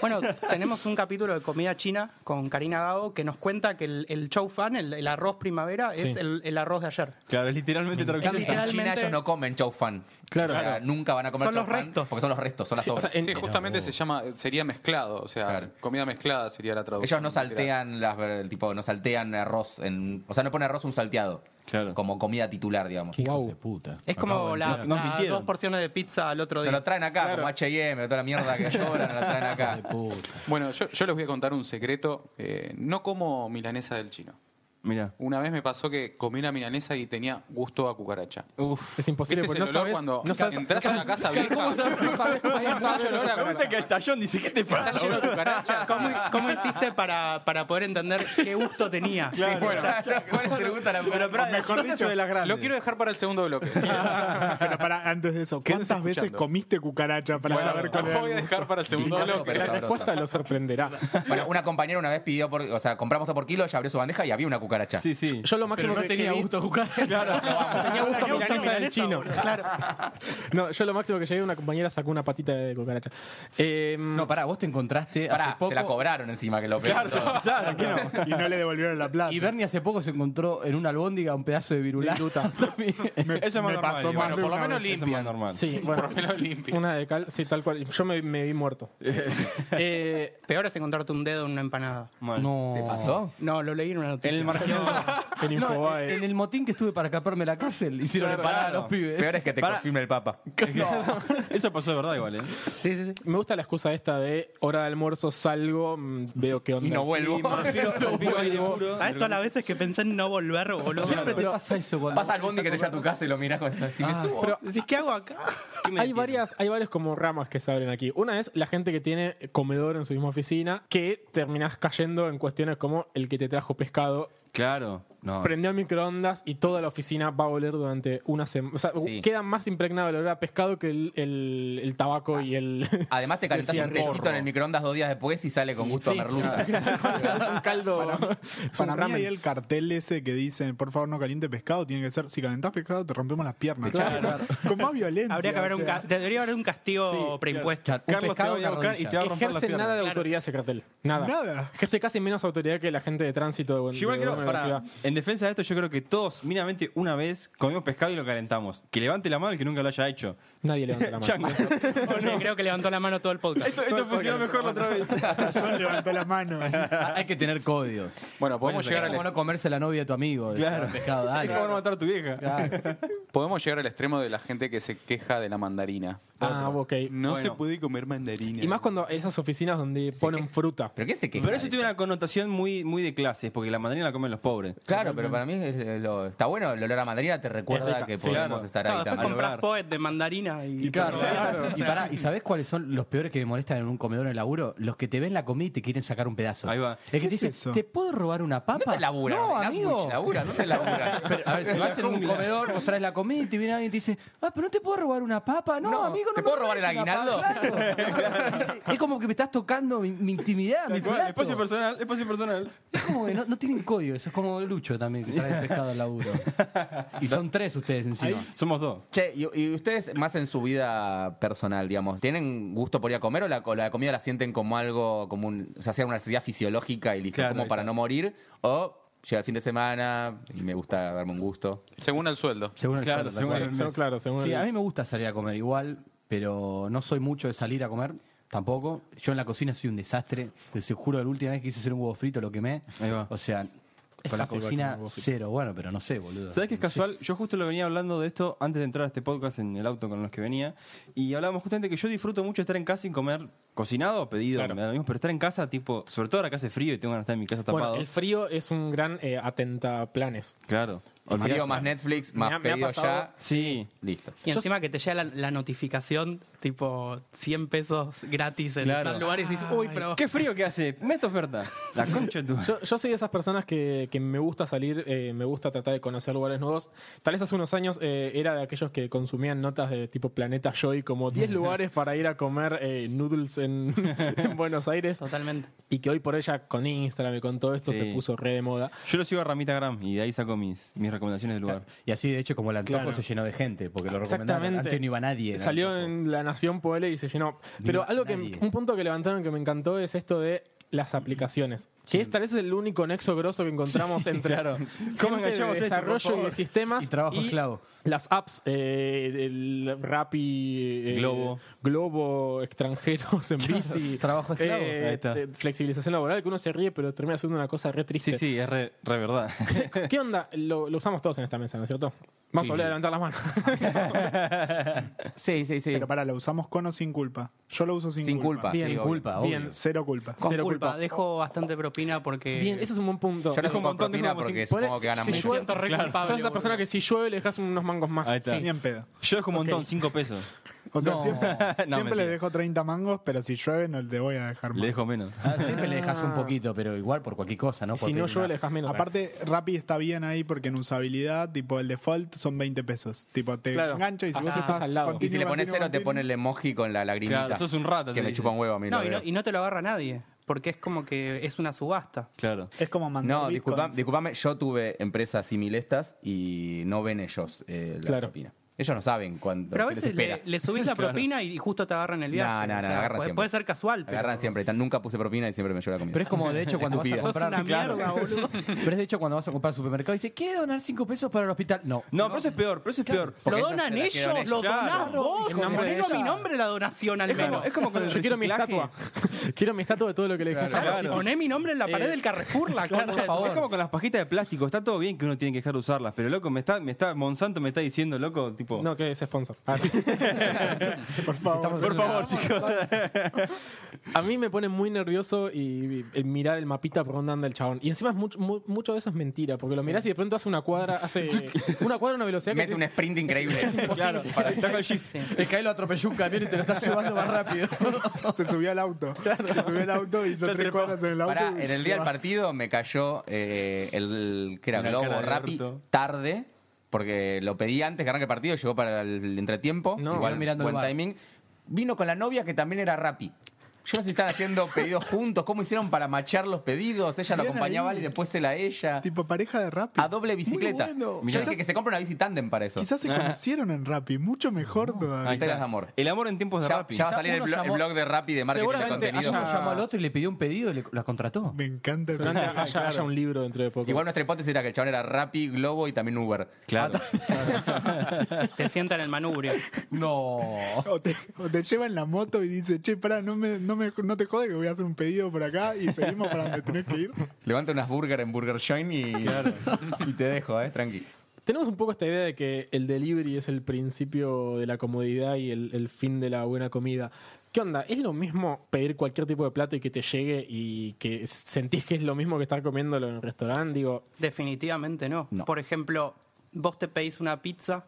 Bueno, tenemos un capítulo de comida china con Karina Gao que nos cuenta que el, el chow fan, el, el arroz primavera, es
Sí.
el, el arroz de ayer.
Claro, es literalmente traducción.
En China
Literalmente-
ellos no comen chow fan.
Claro.
O sea,
Claro.
nunca van a comer
Son los
chow fan
restos.
Porque son los restos, son las
Sí, o
obras.
sea, en-
Sí, justamente se llama, sería mezclado, o sea,
Claro.
comida mezclada sería la traducción.
Ellos no saltean las ver- tipo, no saltean arroz en, o sea, no pone arroz un salteado.
Claro.
Como comida titular, digamos.
Qué hijos
Guau.
de puta.
Ah,
Es como la,
enterar. Nos
las
mintieron.
dos porciones de pizza al otro
Te lo
día.
traen acá, como H&M, toda la mierda que sobra, nos la traen acá.
De puta.
Bueno, yo, yo les voy a contar un secreto. Eh, no como milanesa del chino.
Mira.
Una vez me pasó que comí una milanesa y tenía gusto a cucaracha.
Es imposible
¿Viste
porque
ese
no
olor
sabes.
cuando
no sabes-
entras a una casa vieja?
no sabes
No sabes el olor a
Pero viste que
cucaracha.
estallón dice, ¿qué te pasa?
Lleno de cucaracha.
¿Cómo, cómo hiciste para, para poder entender qué gusto tenía? Sí,
Bueno, ¿cuál es el gusto a la cucaracha?
Mejor dicho, de las
Lo quiero dejar para el segundo bloque.
Pero para, antes de eso,
Quédense
¿cuántas veces
escuchando.
comiste cucaracha para saber cuál
Lo
era?
voy a
el-
dejar para el segundo
Picasso,
bloque.
pero
La
sabrosa.
respuesta lo sorprenderá.
Bueno, una compañera una vez pidió, por, o sea, compramos todo por kilo, ella abrió su bandeja y había una cucaracha.
Sí, sí.
Yo lo máximo que que vi-
a cucaracha.
Tenía gusto a milanesa del
milanesa,
chino.
boludo, claro.
No, yo lo máximo que llegué, una compañera sacó una patita de cucaracha. Eh,
No, pará, vos te encontraste hace
Pará,
poco.
se la cobraron encima, que lo peor.
Claro, se va a pasar, ¿qué no?
Y no le devolvieron la plata.
Y Bernie hace poco se encontró en una albóndiga un pedazo de virulá.
me,
Eso es más
me
normal.
pasó
igual.
más
Bueno,
de
por lo
una
menos
vez.
Eso es más normal.
sí, bueno.
Por lo menos limpio.
Una de cal, sí, tal cual. Yo me, me vi muerto. Eh,
Peor es encontrarte un dedo en una empanada.
Mal.
No.
¿Te pasó?
No, lo leí en una
En
noticia.
el marginal.
en
No,
Infobae.
en, en el motín que estuve para escaparme de la cárcel hicieron
Claro,
empanada
claro.
a los pibes.
Peor es que te
Pará.
confirme el papa.
Eso pasó de verdad igual, ¿eh?
Sí, sí, sí.
Me gusta la excusa esta de hora de almuerzo, salgo, mm, veo qué onda.
Y no vuelvo.
el clima.
Prefiero- prefiero aire puro.
¿Sabes todas las veces que pensé en no volver, boludo?
Siempre te
Pero-
pasa eso cuando
Vas al bondi que te lleva a tu casa y lo mirás con si me subo.
Pero
Decís, ¿qué hago acá?
¿Qué me
hay
detiene?
varias, hay varias como ramas que se abren aquí. Una es la gente que tiene comedor en su misma oficina, que terminás cayendo en cuestiones como el que te trajo pescado,
Claro.
No,
prendió el microondas y toda la oficina va a oler durante una semana. O sea,
Sí.
queda más impregnado el olor a pescado que el, el- el tabaco y el...
Además te calentás
Decía
un tecito
porro.
en el microondas dos días después y sale con gusto
Sí.
a merluza.
es un caldo... es un
Para mí
ramen.
ahí el cartel ese que dice, por favor no caliente pescado, tiene que ser, si calentás pescado te rompemos las piernas. Con más violencia.
Habría que haber
o
un,
sea.
ca- debería haber un castigo preimpuesto.
Claro, un
Pues, Carlos te
pescado
va a buscar y te va a romper las
Ejerce
piernas.
nada de autoridad ese cartel. Nada.
Nada.
Ejerce casi menos autoridad que la gente de tránsito de, Buen-
Yo igual
de
creo,
Buenos
pará,
Aires ciudad.
en defensa de esto, yo creo que todos, mínimamente una vez, comimos pescado y lo calentamos. Que levante la mano el que nunca lo haya hecho.
Nadie levanta la mano.
Chango.
Che, Creo que levantó la mano todo el podcast.
esto esto funcionó mejor la otra vez.
Yo levantó la mano.
Hay que tener códigos.
Bueno, podemos
Es
llegar al
como no comerse la novia de tu amigo.
Claro.
El pescado, dale.
Es como no matar a tu vieja.
Podemos llegar al extremo de la gente que se queja de la mandarina.
Ah, ok.
No
Bueno.
se puede comer mandarina.
Y más cuando esas oficinas donde ponen fruta.
¿Pero qué se queja?
Pero eso tiene una connotación muy, muy de clases, porque la mandarina la comen los pobres.
Claro, pero para mí es- es eh, lo- está bueno. El olor a madrina te
Es
recuerda
rica.
que
Sí,
podemos
claro.
estar
Claro,
ahí
después
al
también.
compras
lugar.
poet de mandarina y...
Y claro, Y pará, ¿y sabés cuáles son los peores que me molestan en un comedor en el laburo? Los que te ven la comida y te quieren sacar un pedazo.
Ahí va.
El que te
es
dice,
eso?
¿te puedo robar una papa?
No te laburan.
No,
en
amigo.
Asmuch laburan, no te laburan.
Pero, a ver, si vas en un comedor, vos traes la comida y te viene alguien y te dice, ah, pero no te puedo robar una papa. No,
No,
amigo, no
¿te
me
puedo robar el
robes una
aguinaldo?
papa, claro. es como que me estás tocando mi, mi intimidad, mi plato.
Espacio personal, espacio personal.
Es como que no, no tienen código, eso es como Lucho también, que trae el pescado al laburo. Y son tres ustedes encima.
Somos dos.
Che, y, y ustedes más en su vida personal, digamos, ¿tienen gusto por ir a comer o la, o la comida la sienten como algo, como un, o sea, sea una necesidad fisiológica y listo,
Claro, ahí
como para
está.
no morir? ¿O llega el fin de semana y me gusta darme un gusto?
Según el sueldo.
Según el
Claro,
sueldo,
según
tal
el-
cual.
Son, claro, según
Sí,
el-
a mí me gusta salir a comer igual, pero no soy mucho de salir a comer tampoco. Yo en la cocina soy un desastre. Se juro, la última vez que quise hacer un huevo frito lo quemé.
Ahí va.
O sea, con la
fácil igual comer
cocina
huevo frito.
cero. Bueno, pero no sé, boludo.
¿Sabes qué es
No sé.
casual? Yo justo lo venía hablando de esto antes de entrar a este podcast en el auto con los que venía. Y hablábamos justamente que yo disfruto mucho estar en casa sin comer cocinado o pedido,
Claro.
me da lo mismo, pero estar en casa, tipo, sobre todo ahora que hace frío y tengo ganas de estar en mi casa tapado.
Bueno, el frío es un gran eh, atenta planes.
Claro. Olvidate.
Frío más Netflix,
Me
más
ha- me ha
pedido
pasado-
ya.
Sí.
Listo.
Y encima que te llega la, la notificación, tipo 100 pesos gratis en
Claro.
tal lugar y dices, uy, pero.
Qué frío que hace. Mete oferta. La concha de
Ah.
tu.
Yo, yo soy de esas personas que, que me gusta salir, eh, me gusta tratar de conocer lugares nuevos. Tal vez hace unos años eh, era de aquellos que consumían notas de tipo Planeta Joy, como 10 lugares para ir a comer eh, noodles en, en Buenos Aires.
Totalmente.
Y que hoy por ella con Instagram y con todo esto
Sí.
se puso re de moda.
Yo lo sigo a Ramita Gram y de ahí saco mis, mis recomendaciones del lugar.
Y así, de hecho, como el antojo
Claro.
se llenó de gente, porque lo recomendaron.
Exactamente.
Antes no iba nadie. el
Salió
antojo.
en La Nación Poele y se llenó. Pero
iba
algo que
nadie.
un punto que levantaron que me encantó es esto de las aplicaciones. Que es tal vez el único nexo grosso que encontramos entre
claro.
¿Cómo
enganchamos
de
esto, por
desarrollo y de
favor?
sistemas
Y trabajo esclavo.
Las apps, eh, el Rappi, eh,
Globo.
Globo, extranjeros en bici.
trabajo esclavo.
eh,
Ahí está.
eh, flexibilización laboral, que uno se ríe, pero termina siendo una cosa re triste.
Sí, sí, es re, re verdad.
¿Qué onda? Lo, lo usamos todos en esta mesa, ¿no es cierto? Vamos a volver a levantar las manos.
Sí, sí, sí.
Pero para, ¿lo usamos con o sin culpa? Yo lo uso sin,
Sin culpa.
Bien,
sí,
Sin
obvio.
culpa, Ah, obvio.
Bien.
Cero culpa.
Con
Cero
culpa.
culpa.
Dejo bastante propina porque.
Bien, ese es un buen punto.
Yo no
un
como
montón,
propina
dejamos
porque
sin-
supongo que ganan
si- si
Me
mucho.
yo-
siento re
Claro.
culpable,
Sos esa persona
boludo.
que si llueve le dejas unos mangos más.
Ahí está.
Ni en pedo.
Yo dejo un
Ok.
montón, 5 pesos.
O sea,
No.
siempre,
No,
siempre
mentira.
le dejo 30 mangos, pero si llueve no te voy a dejar más.
Le dejo menos.
Ah, siempre le dejas un poquito, pero igual por cualquier cosa, ¿no?
Y
Por
si no
pedir
llueve le
una-
dejas menos.
Aparte, Rappi está bien ahí porque en usabilidad, tipo el default son 20 pesos. Tipo, te
Claro.
engancho y si
Así
vos
estás
estás
al lado.
Y si
continuo,
le pones
continuo,
cero, te
continuo,
pone el emoji con la lagrimita.
Claro, sos un rata,
Que
te
me
dice.
chupa un huevo a mí.
No
lo
y, no,
veo.
y no te lo agarra nadie. Porque es como que es una subasta.
Claro.
Es como mandar.
No, disculpa-
bitcoins.
disculpame, yo tuve empresas similestas y no ven ellos eh, la
Claro.
propina. Ellos no saben cuándo.
Pero a
qué les
veces
espera.
le, le subís la propina y justo te agarran el
No,
viaje.
no, no,
O sea,
agarran
puede,
siempre.
puede ser casual, pero.
Agarran siempre. Tan- Nunca puse propina y siempre me llevó la comida.
Pero es como, de hecho, cuando vas a
Sos
comprar.
una
Claro.
mierda, boludo.
Pero es de hecho cuando vas a comprar al supermercado y dices, ¿quiere donar 5 pesos para el hospital? No.
No, pero eso es peor, pero eso es peor.
Lo
ellos
donan
se la
ellos,
quedan ellos.
lo
Claro.
donás vos.
En nombre de
Ponelo a mi
ella.
nombre la donación al menos.
es como con el
Yo quiero mi
reciclaje.
estatua. quiero mi estatua de todo lo que le dejé. Ah,
Claro,
Claro.
si poné mi nombre en la pared
Eh,
del Carrefour, la
claro,
concha de
por
tu-
favor.
Es como con las pajitas de plástico, está todo bien que uno tiene que dejar de usarlas, pero loco, me está, me está, Monsanto me está diciendo, loco, tipo,
No, que es sponsor. Ah, A ver.
Por favor.
Estamos
por
haciendo
favor, chicos.
A mí me pone muy nervioso y, y- el mirar el mapita por dónde anda el chabón. Y encima es mucho, mu- mucho de eso es mentira, porque lo mirás y de pronto hace una cuadra, hace una cuadra a una velocidad que
Mete un
decís,
sprint increíble.
Claro, está con el shift.
Sí.
El Caelo atropelló un camión y te lo estás llevando más rápido.
Se subió al auto. Se subió al auto, hizo tres cuadras en el auto.
Pará,
y
en
se
el día del
va.
partido me cayó eh, el que era
Una
Globo
cara de
Rappi
orto.
tarde, porque lo pedí antes que arranque el partido, llegó para el entretiempo,
No,
igual
quedó mirando
buen
el bar.
timing. Vino con la novia que también era Rappi. Yo no sé si están haciendo pedidos juntos, cómo hicieron para machar los pedidos, ella lo
Bien
acompañaba
ahí.
y después se la ella.
Tipo pareja de Rappi.
A doble bicicleta. Yo
Mirá.
dije que se compra una bici tándem para eso.
Quizás se conocieron en Rappi, mucho mejor todavía.
Historias de amor.
El amor en tiempos de
Ya,
Rappi.
ya va a salir el,
Uno
blo- el
llamó-
blog de Rappi de marketing de
Seguramente
contenido.
Uno
haya-
llamó al otro y le pidió un pedido y le- la contrató.
Me encanta ese
Durante-
nombre.
haya, haya un libro dentro de poco.
Igual nuestra hipótesis era que el chabón era Rappi, Globo y también Uber.
Claro.
Te sientan en el manubrio.
No.
O te, o te lleva en la moto y dice, che, pará, no, me, no, me, no te jode que voy a hacer un pedido por acá y seguimos para donde tenés que ir.
Levanta unas burger en Burger Joint y, y te dejo, eh, tranqui.
Tenemos un poco esta idea de que el delivery es el principio de la comodidad y el, el fin de la buena comida. ¿Qué onda? ¿Es lo mismo pedir cualquier tipo de plato y que te llegue y que s- sentís que es lo mismo que estar comiéndolo en el restaurante? Digo,
Definitivamente no.
No.
Por ejemplo, vos te pedís una pizza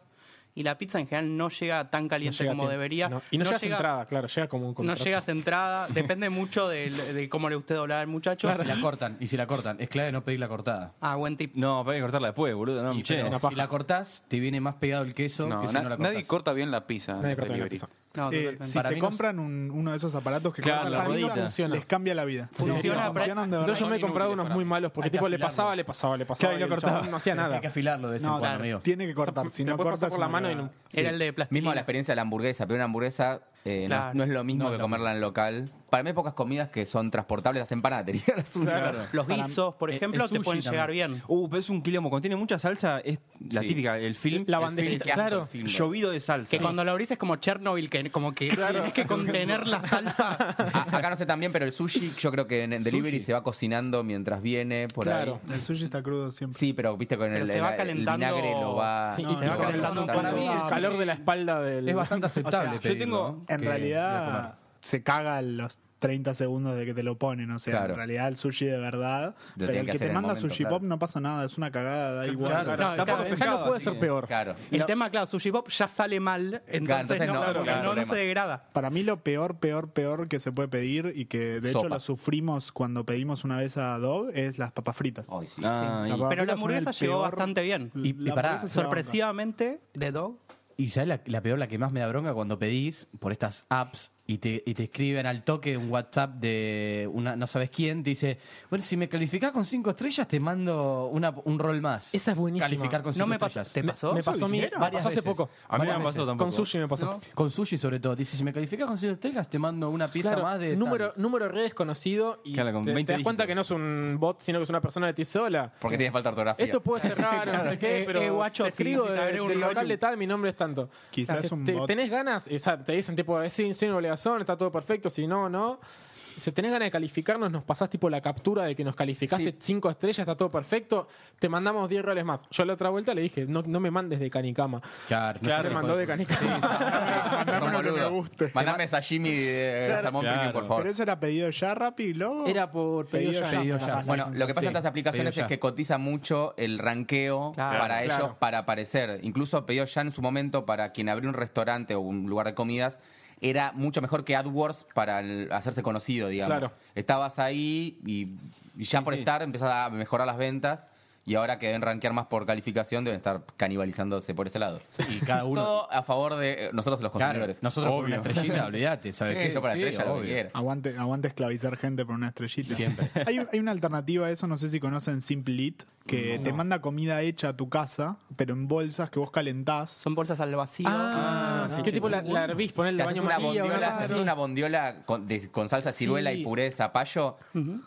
y la pizza en general no llega tan
no
caliente
llega a
como
tiempo.
debería.
No, Y no, llega
llega-
entrada, claro, llega como un
No
contrato.
llegas entrada, depende mucho del- de, cómo le guste doblar al muchacho.
Si la cortan, y si la cortan, es clave no pedir la cortada.
Ah, buen
Eh,
tip.
No, para que cortarla después, boludo. No,
Y,
che.
pero
una
si
paja.
la cortás, te viene más pegado el queso
No,
que si
na-
no la cortás.
nadie corta bien la pizza.
Nadie
en
corta bien la
delivery.
pizza.
No,
Eh,
totalmente.
si
Para
se
mí no-
compran un- uno de esos aparatos que
Claro,
cortan
la
la
Para mí no
rodita.
funciona.
les cambia la vida.
Funciona, pero-
Funcionan de verdad.
Entonces yo me he
Son
comprado
inútiles
unos
para
muy
mí.
malos porque
Hay que
tipo le
afilarlo.
pasaba, le pasaba, le pasaba
Claro, y
y el
no cortaba.
chabón no hacía nada.
Hay que afilarlo de vez en
No,
cuando, amigo.
tiene que cortar.
O sea,
si
te
no
puede
cortas
pasar por la mano y no-
Era el de plastilina.
Mismo la experiencia de la hamburguesa, pero una hamburguesa eh, no-
Claro.
no, es lo mismo que comerla en local. Para mí hay pocas comidas que son transportables, las empanadas tenían las unas.
Los
Para-
guisos, por
el-
ejemplo,
el
te
sushi
pueden llegar
también.
bien.
Uh, pero es un quilombo. Contiene mucha salsa. Es la
Sí.
típica, el film.
La
el
bandejita,
Qué asco el
claro.
film.
llovido de salsa.
Que cuando lo abrís es como Chernobyl, que como que tienes que contener la salsa.
A- acá no sé tan bien, pero el sushi yo creo que en, en delivery se va cocinando mientras viene, por
Claro.
ahí.
El sushi está crudo siempre.
Sí, pero viste con
Pero
el,
se
el-
va
el
calentando-
vinagre lo va...
Sí,
lo
y se va
calentando un
pasando.
poco.
el calor de la espalda del...
Es bastante aceptable.
O sea,
yo tengo-
pedirlo, ¿no?
En
Que-
realidad, se caga a los 30 segundos de que te lo ponen. O sea,
Claro.
en realidad el sushi de verdad.
Lo
pero
tienen
el que
que hacer en
te
el
manda
momento,
sushi
claro.
pop no pasa nada, es una cagada, da igual.
Claro,
No,
está poco
Ya
pescado,
no puede
así
ser
que-
peor.
Claro.
El tema, claro, Sushi Pop ya sale mal, entonces,
entonces
no,
no,
porque
claro,
no, no
problema.
se degrada.
Para mí lo peor, peor, peor que se puede pedir y que de hecho
Sopa.
lo sufrimos cuando pedimos una vez a Dog es las papas fritas.
Ay, sí.
Ah,
Las
y-
papas fritas
Pero la
son el
hamburguesa llegó
peor-
bastante bien.
La
Y- y pará,
hamburguesa es la onda.
Sorpresivamente, de Dog.
Y sabes la, la peor, la que más me da bronca cuando pedís por estas apps y te, y te escriben al toque un WhatsApp de una no sabes quién, te dice, bueno, si me calificás con cinco estrellas, te mando una, un rol más.
Esa es buenísima.
Calificar con cinco
No me pasó.
estrellas.
¿Te pasó?
Me pasó a mí,
dijeron?
me pasó hace
Varias
poco.
veces.
A mí no me
Varias
pasó
veces.
tampoco.
Con sushi me pasó.
No.
Con sushi sobre todo. Te dice, si me calificás con cinco estrellas, te mando una pieza
Claro,
más de... tal".
número, número de red desconocido y
Claro, con
te, te
20
das cuenta
dígitos.
que no es un bot, sino que es una persona de ti sola.
Porque tiene falta de ortografía.
Esto puede ser raro, no sé qué,
Eh,
pero
eh, guacho,
te
si
escribo
necesitas
de-
agregar un
del
local.
local de tal, mi nombre es tanto.
Quizás
Entonces,
un
te-
bot.
¿Tenés ganas? O sea, te dicen tipo, eh, sí, sin obligación, está todo perfecto, si no, no. Si tenés ganas de calificarnos, nos pasás tipo la captura de que nos calificaste
Sí.
cinco estrellas, está todo perfecto, te mandamos 10 roles más. Yo la otra vuelta le dije, no, no me mandes de canicama.
Claro, no
Claro, me
sé si
mandó
fue-
de canicama.
Son
Mandame lo que
boludos.
me guste.
Mandame esa Jimmy de
Claro.
Salmón
Claro.
Premium, por
Pero
favor.
eso era pedido ya, Rappi, luego.
Era por pedido
Pedido
ya.
ya.
Pedido ya.
Bueno,
Bueno, lo que pasa en
Sí,
estas aplicaciones
pedido
es
ya.
que cotiza mucho el ranqueo
Claro,
para ellos
claro.
para aparecer. Incluso pedido ya en su momento para quien abrió un restaurante o un lugar de comidas era mucho mejor que AdWords para el- hacerse conocido, digamos.
Claro.
Estabas ahí y, y ya por estar empezás a mejorar las ventas y ahora que deben ranquear más por calificación deben estar canibalizándose por ese lado.
Y cada uno...
Todo a favor de eh, nosotros los
Claro,
consumidores.
nosotros por una estrellita, olvídate, ¿sabes
Sí,
qué?
yo para
Sí,
estrella lo que
obvio.
quiera.
Aguante, aguante esclavizar gente por una estrellita. Siempre. Hay, hay una alternativa a eso, no sé si conocen Simple Eat, que te manda comida hecha a tu casa, pero en bolsas que vos calentás.
Son bolsas al vacío.
Ah, sí, que tipo la, la hervís, ponés el
Te haces
baño
una
María.
bondiola,
una-
te haces una bondiola con, de- con salsa
Sí.
ciruela y puré de zapallo,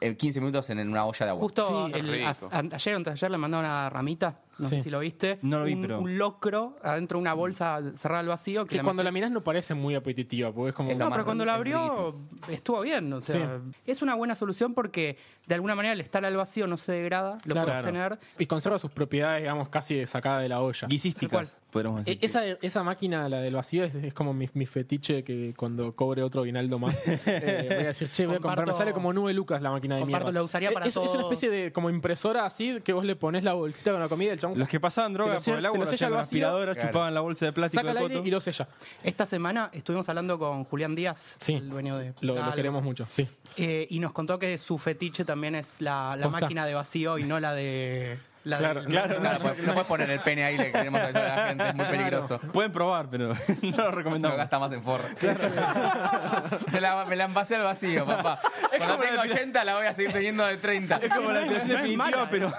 eh, 15 minutos en una olla de agua.
Ah, Justo
Sí,
el-
rico.
as- an- ayer o antes de ayer le mandó una ramita, no
Sí.
sé si lo viste.
No lo vi,
un,
pero-
un locro adentro de una bolsa cerrada al vacío. Que,
Que cuando la
metés-
mirás no parece muy apetitiva, porque es como.
Es lo
No,
más
pero cuando la
es
abrió estuvo bien. O sea, es una buena solución porque de alguna manera el estar al vacío no se degrada, lo
Claro.
puedes tener.
Y conserva sus propiedades, digamos, casi de sacada de la olla.
Guisísticas,
Tal
podríamos
E-
decir.
Esa, esa máquina, la del vacío, es, es como mi, mi fetiche que cuando cobre otro guinaldo más, eh, voy a decir, che, voy a comprar, me
Comparto-
sale como nube lucas la máquina de
comparto,
mierda.
la usaría
Eh,
para
es, es una
todo.
especie de como impresora así, que vos le pones la bolsita con la comida y el chabón
Los que pasaban
Te lo
droga por
sella-
el
te
agua,
lo
lo
sella
hacían
al
con
vacío.
aspiradoras, chupaban la bolsa de plástico
saca el
de
aire
Coto.
y lo sella.
Esta semana estuvimos hablando con Julián Díaz,
Sí.
el dueño de
Lo,
Frutal,
lo queremos mucho, sí.
eh, y nos contó que su fetiche también es la, la
Posta.
máquina de vacío y no la de. La
Claro,
de-
claro.
Claro, pues, no puedes poner el pene ahí, le queremos decir a la gente, es muy peligroso.
Pueden probar, pero no lo
No
recomendamos.
gasta más en forro. me, la, me la envasé al vacío, papá. Cuando tengo 80 la voy a seguir teniendo de 30.
Es como la declaración
no es
definitiva,
mala,
pero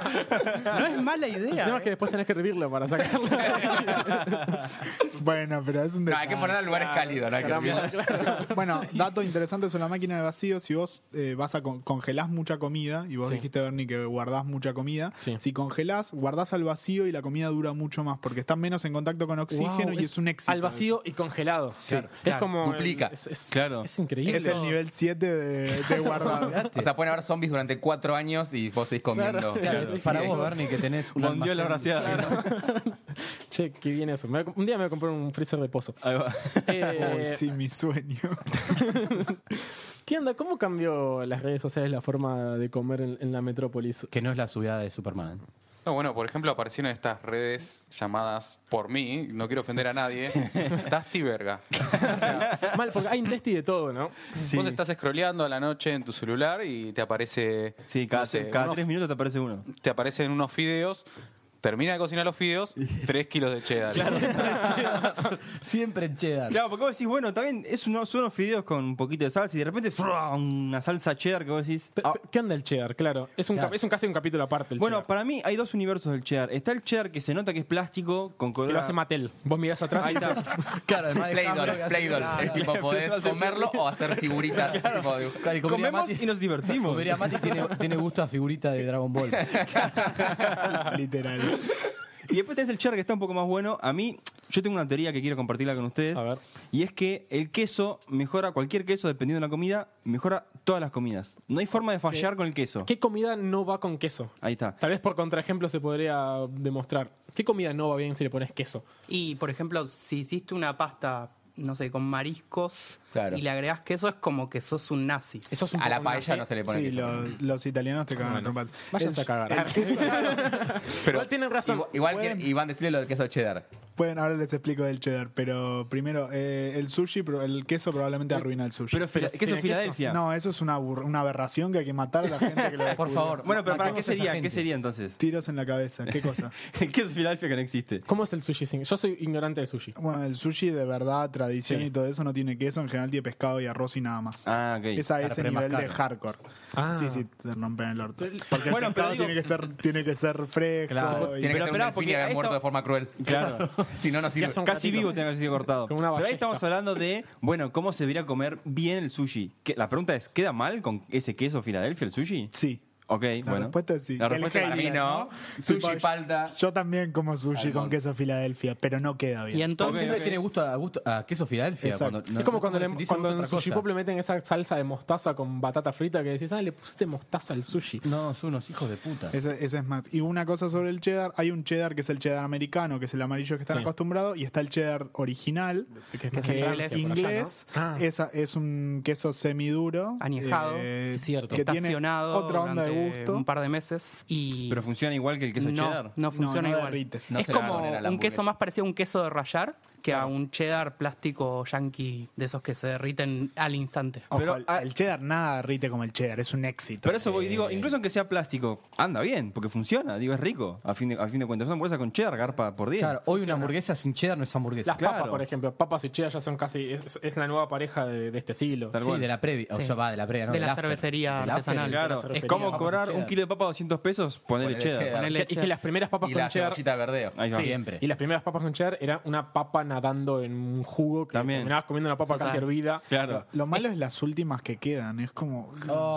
No es mala
El
idea.
tema
eh.
es que después tenés que hervirlo para sacarlo.
Bueno, pero es un
No,
detalle.
hay que ponerla en lugares cálidos, no hay que olvidar.
Bueno, dato interesante sobre la máquina de vacío, si vos eh, vas a con- congelás mucha comida, y vos
Sí.
dijiste, Bernie, que guardás mucha comida,
Sí.
si congelás, guardás al vacío y la comida dura mucho más, porque está menos en contacto con oxígeno
Wow,
y es, un éxito.
Al vacío y congelado. Claro. es
claro.
como.
Duplica.
Es, es-
Claro.
es increíble.
Es el nivel 7 de, de guardado.
O sea, pueden haber zombies durante 4 años y vos seguís comiendo.
Claro.
Claro, Para vos, Bernie, que tenés un
bondiola
almacén-
braseada.
Che, qué bien eso. Me voy a- un día me voy a comprar un freezer de pozo.
Ahí va.
Uy,
Eh,
sí, mi sueño.
¿Qué onda? ¿Cómo cambió las redes sociales la forma de comer en, en la metrópolis?
Que no es la subida de Superman.
No, bueno, por ejemplo, aparecieron estas redes llamadas por mí, no quiero ofender a nadie, Tasti Verga.
Mal, porque hay un test y de todo, ¿no?
Vos estás scrolleando a la noche en tu celular y te aparece.
Sí, cada,
no sé,
cada
unos-
tres minutos te aparece uno.
Te aparecen unos fideos, termina de cocinar los fideos, tres kilos de cheddar.
Siempre en cheddar.
Claro, porque vos decís, bueno, también es unos, son unos fideos con un poquito de salsa y de repente ¡frua! una salsa cheddar que vos decís.
Pe-
ah.
pe- ¿Qué onda el cheddar? Claro, es, un cap-
Claro.
es un casi un capítulo aparte. El
Bueno,
cheddar,
para mí hay dos universos del cheddar. Está el cheddar que se nota que es plástico, con color.
que lo hace Mattel. Vos mirás atrás y dices,
Claro, además de
Playdoll,
cambio que hace-
Playdoll.
Eh,
Es tipo, podés comerlo o hacer figuritas. tipo, de-
Claro, y como diría
Comemos
Mati-
y nos divertimos.
como diría Mati, tiene, tiene gusto a figurita de Dragon Ball.
Literal.
Y después tenés el cheddar que está un poco más bueno. A mí, yo tengo una teoría que quiero compartirla con ustedes.
A ver.
Y es que el queso mejora, cualquier queso, dependiendo de la comida, mejora todas las comidas. No hay forma de fallar con el queso.
¿Qué comida no va con queso?
Ahí está.
Tal vez por contraejemplo se podría demostrar. ¿Qué comida no va bien si le pones queso?
Y por ejemplo, si hiciste una pasta, no sé, con mariscos,
Claro.
y le agregás queso, es como que sos un nazi.
Eso es A la paella no se le pone
Sí,
queso.
lo- los italianos te cagan a trompadas.
Váyanse
Es-
a cagar.
Pero-
Igual tienen razón.
Igual, igual
Pueden-
que Iván, decirle lo del queso cheddar.
Pueden, ahora les explico del cheddar, pero primero, eh, el sushi, pro- el queso probablemente arruina el sushi.
Pero, Fila- queso
tiene
Filadelfia.
no, eso es una, burr- una aberración que hay que matar a la gente que lo
Por
descubre.
favor.
Bueno, pero ¿para qué
matemos a esa
sería? ¿Qué
gente.
sería entonces?
Tiros en la cabeza, qué cosa.
El queso Filadelfia que no existe.
¿Cómo es el sushi sin? Yo soy ignorante de sushi.
Bueno, el sushi de verdad, tradición y todo eso no tiene queso, en general tiene pescado y arroz y nada más.
Ah, ok.
Es a
Claro,
ese
pero es más
nivel de
caro.
hardcore.
Ah.
Sí, sí, te rompen el orto. Porque
Bueno,
el
pero
pescado
digo-
tiene, que ser, tiene que ser fresco.
Claro,
y-
pero
Tiene que ser un
esperá,
delfín
porque
y haber
a
muerto
esto-
de forma cruel.
Claro.
si no, no sirve.
Ya son-
Casi
ratito.
vivo tenía que haber sido cortado.
Con una
Pero ahí
ballesta.
estamos hablando de, bueno, ¿cómo se debería comer bien el sushi? Que- La pregunta es, ¿queda mal con ese queso Filadelfia el sushi?
Sí.
Ok,
La
bueno.
respuesta es sí.
La
El
respuesta es
Para
Heidi.
sí.
mí no.
Tipo,
Sushi,
yo-
palda.
Yo también como sushi
Salmón.
con queso Filadelfia, pero no queda bien.
Y
Porque
entonces,
siempre tiene gusto a, gusto a queso Filadelfia.
Exacto.
cuando- no-
es como
no
cuando, le-
sentís
cuando
gusto a
en
otra
Sushi
cosa.
Pop le meten esa salsa de mostaza con batata frita que decís, ah, le pusiste mostaza al sushi.
No, son unos hijos de puta.
Ese, ese es más. Y una cosa sobre el cheddar, hay un cheddar que es el cheddar americano, que es el amarillo que están
Sí.
acostumbrados, y está el cheddar original, que,
es inglés,
es
por allá,
inglés.
¿no? Ah.
Esa- es un queso semiduro. eh,
Añejado.
Es cierto.
Que tiene
estacionado
otra onda de
durante
gusto.
un par de meses y
Pero funciona igual que el queso
no,
cheddar.
no funciona
No, no
igual.
derrite.
No
es
se le va a
como
poner a la
un queso
hamburguesa.
más parecido a un queso de rallar que a un cheddar plástico yankee de esos que se derriten al instante.
Ojo,
Pero,
el,
ah,
el cheddar nada rite como el cheddar, es un éxito.
Pero eso voy, digo, incluso aunque sea plástico, anda bien, porque funciona, digo, es rico. A fin de, a fin de cuentas, una hamburguesa con cheddar garpa por día.
Claro, hoy una hamburguesa sin cheddar no es hamburguesa.
Las
Claro.
papas, por ejemplo, papas y cheddar ya son casi, es, es la nueva pareja de, de este siglo.
Tal
sí,
cual.
de la previa. O
Sí.
sea, va, de la previa, no.
De la
del after.
cervecería
Del after.
artesanal.
Claro,
Esa
es
cervecería,
como
papas
cobrar
y
un
cheddar.
kilo de papa a 200 pesos, ponerle
Ponerle
cheddar.
cheddar.
Ponele
Y que
cheddar.
las primeras papas
Y
con
la
cheddar.
cebollita verdeo.
Ahí va.
Sí,
Siempre.
Y las primeras papas con cheddar eran una papa nadando en un jugo que
También.
terminabas comiendo una papa casi
Total.
hervida.
Claro.
Lo malo es las últimas que quedan, es como...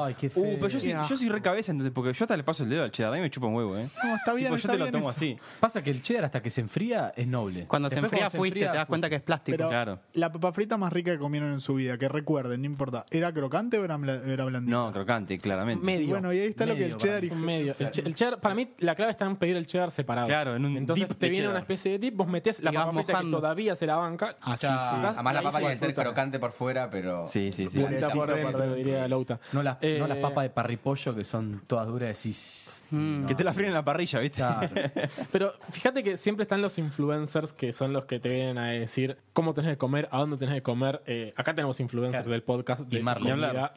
Ay, qué feo.
Uh, pero yo soy, yo soy re cabeza, entonces, porque yo hasta le paso el dedo al cheddar, a mí me chupa un huevo, ¿eh?
No, está bien,
Tipo, yo
está
te lo
bien
tomo
eso.
así.
Pasa que el cheddar hasta que se enfría es noble.
Cuando se
Después,
enfría
cuando
fuiste, te das cuenta que es plástico.
Pero
Claro.
la papa frita más rica que comieron en su vida, que recuerden, no importa, ¿era crocante o era, bla- era blandita?
No, crocante, claramente.
Y bueno, y ahí está lo que el
Medio,
cheddar
para-
y
Un medio. El, che- el cheddar, para mí, la clave está en pedir el cheddar separado.
Claro, en un
Entonces
dip
te
de
viene
cheddar.
una especie de dip, vos metés la
Y vas
papa frita que
mojando.
todavía se la banca.
Así,
Ya.
sí.
Además, la
Ahí
papa
se
tiene que ser
disfruta.
crocante por fuera, pero.
Sí, sí, sí.
Blandita por
Purecito
dentro,
por
diría Louta.
No las,
Eh,
no las papas de parripollo que son todas duras, decís.
Mm.
no.
Que te la fríen en la parrilla, ¿viste?
Claro.
Pero fíjate que siempre están los influencers que son los que te vienen a decir cómo tenés que comer, a dónde tenés que comer. Eh, acá tenemos influencers
Claro.
del podcast de
Y Marley.
comida.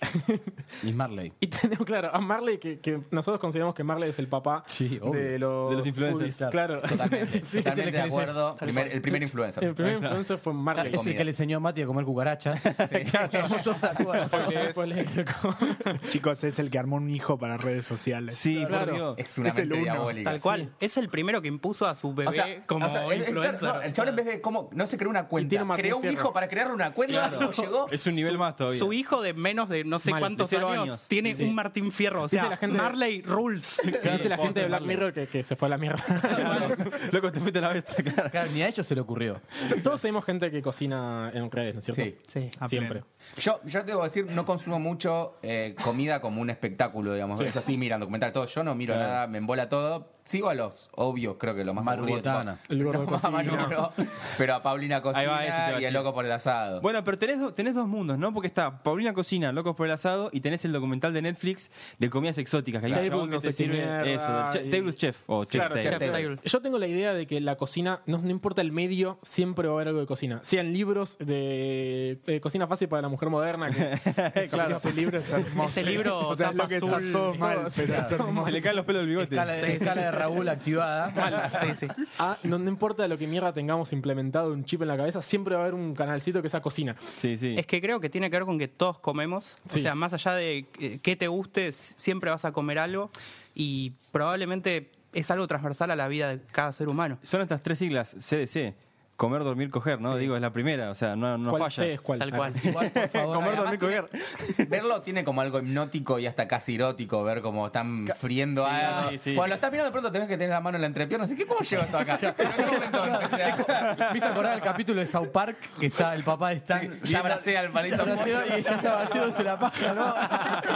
Y Marley.
Y tenemos, claro, a Marley, que, que nosotros consideramos que Marley es el papá
Sí, obvio.
de, los
De los influencers.
foodies, Claro.
Totalmente,
Sí, es el
totalmente
que
de
le dice-
acuerdo. Primer- el primer
El
influencer.
primer influencer fue Marley.
Es el que le enseñó a Mati a comer cucarachas. Estamos todos de acuerdo.
Chicos, es el que armó un hijo para redes sociales.
Sí, por Dios.
Es una
Es el
mente
uno,
diabólica.
Tal cual. Es el primero que impuso a su bebé como
o sea, el- el-
influencer.
no, el chaval en vez de cómo no se creó una cuenta,
tiene un Martín
creó un
Fierro.
hijo para crear una cuenta y llegó.
Es un nivel más todavía.
Su hijo de menos de no sé
Mal, de
cuántos
cero
años,
años.
tiene
Sí, sí.
un Martín Fierro. O
Dice
sea,
la gente-
Marley Rules.
dice la gente de Black Mirror que, que se fue a la mierda.
Claro. Loco, te fuiste a la bestia, claro.
Claro, ni a ellos se le ocurrió.
Todos seguimos gente que cocina en redes, ¿no es cierto?
Sí.
Sí.
A
Siempre.
pleno.
Yo, yo debo decir, no consumo mucho eh, comida como un espectáculo, digamos.
Sí.
Ellos sí miran documentales, todo. Yo no miro nada, me embola todo. Sigo a los obvios, creo que lo más
Maru
aburrido.
Botana.
El gordo
No, a Maru
cocina.
no. Pero a Paulina
Ahí va, ese te iba a
Cocina y
decir.
el loco por el asado.
Bueno, pero tenés, do- tenés dos mundos, ¿no? Porque está Paulina Cocina, Locos por el Asado, y tenés el documental de Netflix de comidas exóticas. Que hay un
Table,
chabón que
no
te
sé qué
sirve
mierda,
eso. del che-
y-
Table Chef o Chef
Claro,
Table.
Chef Table.
Yo tengo la idea de que la cocina, no, no importa el medio, siempre va a haber algo de cocina. Sean libros de eh, cocina fácil para la mujer moderna. Que,
Claro.
Ese libro es hermoso.
Ese libro
o sea, es lo
tapa
que
azul.
está todo mal, pero es hermoso.
Se le caen los pelos del bigote.
Escala, escala de Raúl activada.
Sí, sí.
Ah, no, no importa lo que mierda tengamos implementado un chip en la cabeza, siempre va a haber un canalcito que sea cocina.
Sí, sí.
Es que creo que tiene que ver con que todos comemos.
Sí.
O sea, más allá de eh, qué te guste, s- siempre vas a comer algo y probablemente es algo transversal a la vida de cada ser humano.
Son estas tres siglas, CDC. Comer, dormir, coger, ¿no? Digo, es la primera, o sea, no, no
¿Cuál
falla.
sé es cuál?
Tal
Ah,
cual.
Igual, por favor,
Comer,
hagan-
dormir, coger.
Verlo tiene como algo hipnótico y hasta casi erótico, ver cómo están friendo algo.
sí, sí.
Cuando lo estás mirando de pronto tenés que tener la mano en la entrepierna, así que ¿cómo llevo esto acá? ¿En qué momento empecé a-
Me hizo acordar el capítulo de South Park que está el papá de Stan.
Sí,
viendo-
ya abracé al
ya
maldito
abraceó
pollo.
y ya estaba haciéndose la paja,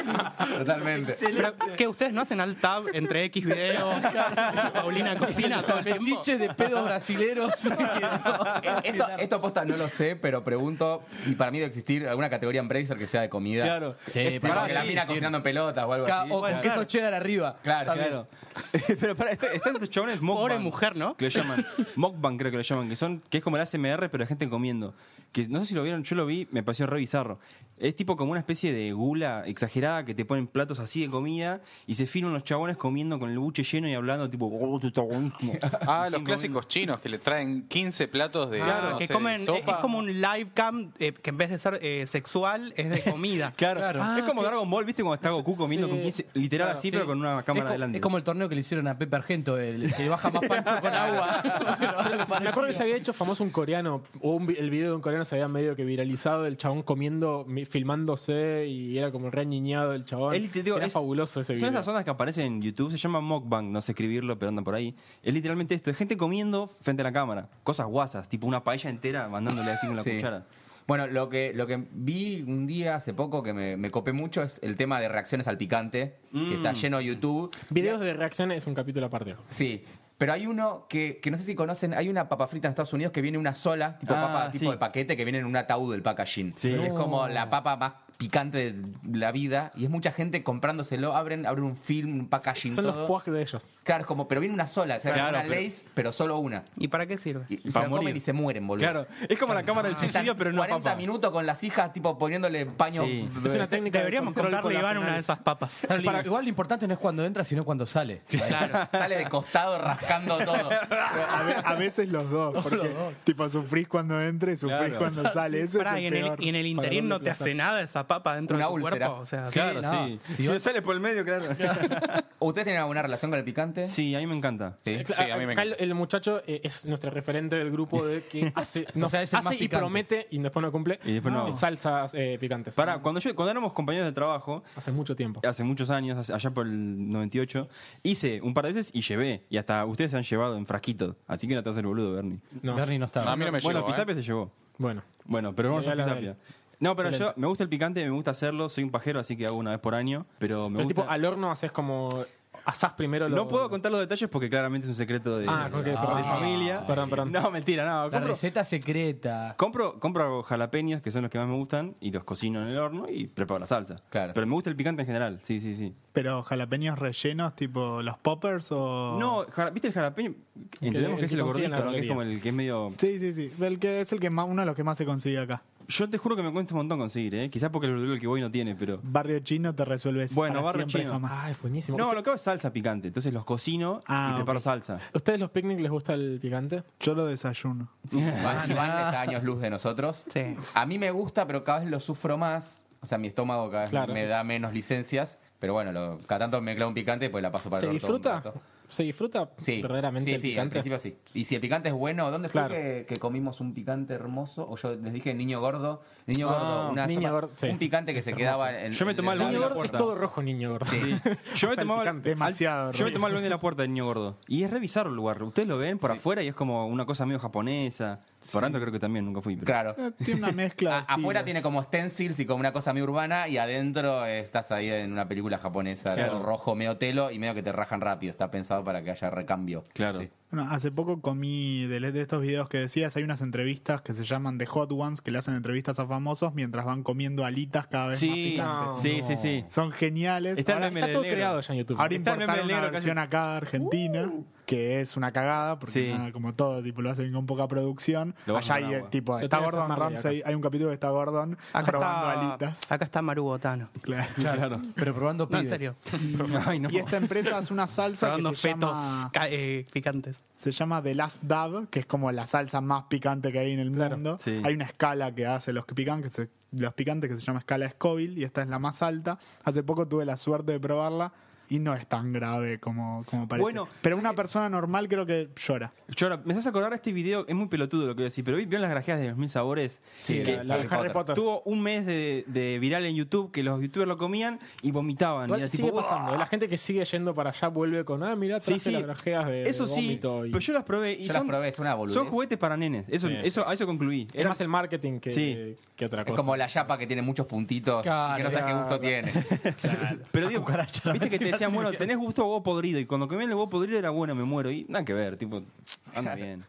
¿no?
Totalmente.
Pero que ustedes no hacen al tab entre X videos, Paulina cocina todo el tiempo.
Metiche de pedos brasileros.
Eh,
eh,
esto, esto aposta no lo sé, pero pregunto, y para mí debe existir alguna categoría en Bracer que sea de comida.
Claro. Este,
Sí,
Tipo
pará,
que la
sí,
mina
tiene-
cocinando en pelotas o algo
Ca-
así.
o con
Puede
queso
ser.
cheddar arriba.
Claro,
También.
Claro. Pero para, este, están estos chabones mukbang.
Pobre mujer, ¿no?
Que lo llaman. Mukbang creo que lo llaman, que son que es como el ASMR pero de gente comiendo. Que no sé si lo vieron, yo lo vi, me pareció re bizarro. Es tipo como una especie de gula exagerada que te ponen platos así de comida y se filman los chabones comiendo con el buche lleno y hablando tipo "Oh, tú estás buenísimo".
Ah,
Y
los
sin
clásicos chinos que le traen 15 platos de.
Claro,
no
Ah, que
sé,
comen,
de
es,
sopa.
es como un live cam eh, que en vez de ser eh, sexual es de comida.
Claro, es como Dragon Ball, ¿viste? Cuando está Goku comiendo
Sí.
con 15, literal así,
Sí.
pero con una cámara
es co-
adelante.
Es como el torneo que le hicieron a Pepe Argento, el que baja más pancho con agua.
Me acuerdo que se había hecho famoso un coreano, o un vi- el video de un coreano se había medio que viralizado, el chabón comiendo, mi- filmándose y era como re niñado el chabón.
Es liter- digo,
era
es-
fabuloso ese video.
Son esas zonas que aparecen en YouTube, se llaman mukbang, no sé escribirlo, pero andan por ahí. Es literalmente esto, es gente comiendo frente a la cámara, cosas guasas, tipo una paella entera mandándole así con la
Sí.
cuchara.
Bueno, lo que, lo que vi un día hace poco que me, me copé mucho es el tema de reacciones al picante, que está lleno YouTube.
Videos de reacciones es un capítulo aparte.
Sí. Pero hay uno que, que no sé si conocen, hay una papa frita en Estados Unidos que viene una sola, tipo
Ah,
papa,
sí.
tipo de paquete que viene en un ataúd del packaging.
Sí.
Es como la papa más picante de la vida y es mucha gente comprándoselo, abren, abren un film, un packaging
Son
todo.
los puags de ellos.
Claro, es como, pero viene una sola, o sea, es
Claro,
una
pero-
Lay's, pero solo una.
¿Y para qué sirve?
Y,
Y
se
para
lo comen
morir.
y se mueren, boludo.
Claro, es como la cámara del
Están
suicidio, pero en una
40
papa.
minutos con las hijas, tipo poniéndole paño.
Sí.
Es una técnica de
Deberíamos
control
comprarle a Iván
poblacional.
una de esas papas.
Claro, lo- Igual lo importante no es cuando entra, sino cuando sale.
Claro, sale de costado rascando todo.
A, ve- a veces los dos, porque tipo sufrís cuando entra y sufrís
Claro.
cuando sale. Eso
Pará,
es
y
el
en el,
peor.
y en el interín no te hace nada esa papa dentro
Una
de tu
úlcera.
cuerpo. O sea,
Claro,
Sí, no.
sí.
Y
Si
vos-
le sale por el medio, claro.
¿Ustedes tienen alguna relación con el picante?
Sí, a mí me encanta.
Sí.
Acá-
Sí, a mí me
acá el,
encanta.
Eh, el muchacho eh, es nuestro referente del grupo de que hace, nos
sea, es el
hace
más
y
picante.
promete y después no cumple
Y después no.
eh, salsas eh, picantes.
Pará, cuando, yo, cuando éramos compañeros de trabajo,
Hace mucho tiempo.
hace muchos años, hace- allá por el 98, hice un par de veces y llevé. Y hasta ustedes se han llevado en frasquitos. Así que no te hace el boludo, Bernie.
No.
Bernie no
No,
estaba.
a mí no me
bueno,
llegó, ¿eh?
Pisapia se llevó.
Bueno.
Bueno, pero vamos
Ya
a
la
Pisapia.
ven.
No, pero yo
Excelente.
me gusta el picante, me gusta hacerlo, soy un pajero, así que hago una vez por año, pero me
Pero
gusta...
tipo, al horno haces como. Asás primero los.
No puedo contar los detalles porque claramente es un secreto de,
Ah, ok,
de
perdón.
familia.
Perdón, perdón.
No, mentira, no.
La
Compro,
receta secreta.
compro, compro jalapeños, que son los que más me gustan, y los cocino en el horno y preparo la salsa.
Claro.
Pero me gusta el picante en general, sí, sí, sí.
Pero jalapeños rellenos, tipo los poppers o.
No, jala- ¿viste el jalapeño?
el
Entendemos que es
que
el
consigue en
gordito,
la
¿no? que es
droguería.
como el que es medio...
Sí, sí, sí. El que es el que más, uno de los que más se consigue acá.
Yo te juro que me cuesta un montón conseguir, ¿eh? Quizás porque el verdulero al que voy no tiene, pero...
Barrio chino te resuelves
Bueno, barrio
siempre
chino.
jamás.
Ah, es buenísimo.
No,
¿Usted-
lo que hago es salsa picante, entonces los cocino
Ah,
y preparo
ok.
salsa.
¿Ustedes los picnic les gusta el picante?
Yo lo desayuno.
Ah,
Iván, Iván está años luz de nosotros.
Sí.
A mí me gusta, pero cada vez lo sufro más. O sea, mi estómago cada vez
Claro.
me da menos licencias. Pero bueno, lo- cada tanto me clavo un picante, pues la paso para
¿Se
el orto un
disfruta?
rato.
¿Se disfruta
Sí,
verdaderamente
sí,
el
sí, al
picante?
principio sí. Y si el picante es bueno, ¿dónde
Claro.
fue que, que comimos un picante hermoso? O yo les dije niño gordo, niño
Ah,
gordo, una
niño
sopa-
gordo, sí.
un picante que se quedaba en
Yo me
en
tomaba
el
el
labio.
niño gordo es
puerta.
todo rojo, niño gordo.
Yo me
Hasta el
tomaba
picante.
Demasiado.
Yo me
rellenos.
tomé el dueño de la puerta del niño gordo. Y es re bizarro el lugar. Ustedes lo ven por afuera y es como una cosa medio japonesa. Por tanto, creo que también nunca fui. pero-
Claro.
Eh, Tiene una mezcla. de
A- afuera
estilos.
tiene como stencils y como una cosa muy urbana y adentro estás ahí en una película japonesa,
Claro.
todo rojo, medio telo y medio que te rajan rápido. Está pensado para que haya recambio.
Claro.
Sí.
Bueno, hace poco comí de, de estos videos que decías, hay unas entrevistas que se llaman The Hot Ones, que le hacen entrevistas a famosos mientras van comiendo alitas cada vez más
Sí,
picantes.
no.
sí, sí, sí.
Son geniales.
Está el
ahora
meme
Está
del
todo
negro.
creado ya en YouTube.
ahora
está el meme
importaron
del
una
negro
versión acá a Argentina, que es una cagada, porque
Sí.
nada, como todo, tipo, lo hacen con poca producción.
Lo
Allá
bajan
hay,
al
eh,
agua.
tipo,
Lo
está
tenés a
Gordon
Marley
Ramsay, hay un capítulo que está Gordon
acá
probando
está,
alitas.
acá está Maru Botano.
Claro.
Claro.
Pero probando
No,
pibes.
en serio.
Ay, no.
Y esta empresa hace una salsa que
Probando
se
fetos
llama,
ca- eh, picantes.
se llama The Last Dab, que es como la salsa más picante que hay en el mundo.
sí.
Hay una escala que hace los, que pican, que se- los picantes que se llama escala Scoville y esta es la más alta. Hace poco tuve la suerte de probarla y no es tan grave como, como parece.
Bueno,
Pero una persona normal creo que llora.
Yo ahora, me estás acordar este video, es muy pelotudo lo que voy a decir, pero vi- vieron las grajeas de los mil sabores.
Sí,
que
la, la de
Harry
Harry Potter.
tuvo un mes de, de viral en YouTube que los youtubers lo comían y vomitaban.
Igual
y era
sigue
tipo, "Ah,
pasando. ¿eh?
"Uah".
La gente que sigue yendo para allá vuelve con, ah, mirá, traje
Sí, sí.
las grajeas de
Eso sí,
vómito y-
pero yo las probé y
Yo las
son,
probé, es una boludez.
son juguetes para nenes. Eso,
Sí.
eso, a eso concluí.
Es
Eran-
más el marketing que,
Sí.
que otra
Es
cosa.
como la yapa que tiene muchos puntitos y que no sabes qué gusto tiene.
Pero digo,
cucaracha, la
viste que te
mentira
decían, bueno,
sería.
tenés gusto a huevo podrido. Y cuando comían el huevo podrido era bueno, me muero. Y nada que ver, tipo, anda
Claro.
bien.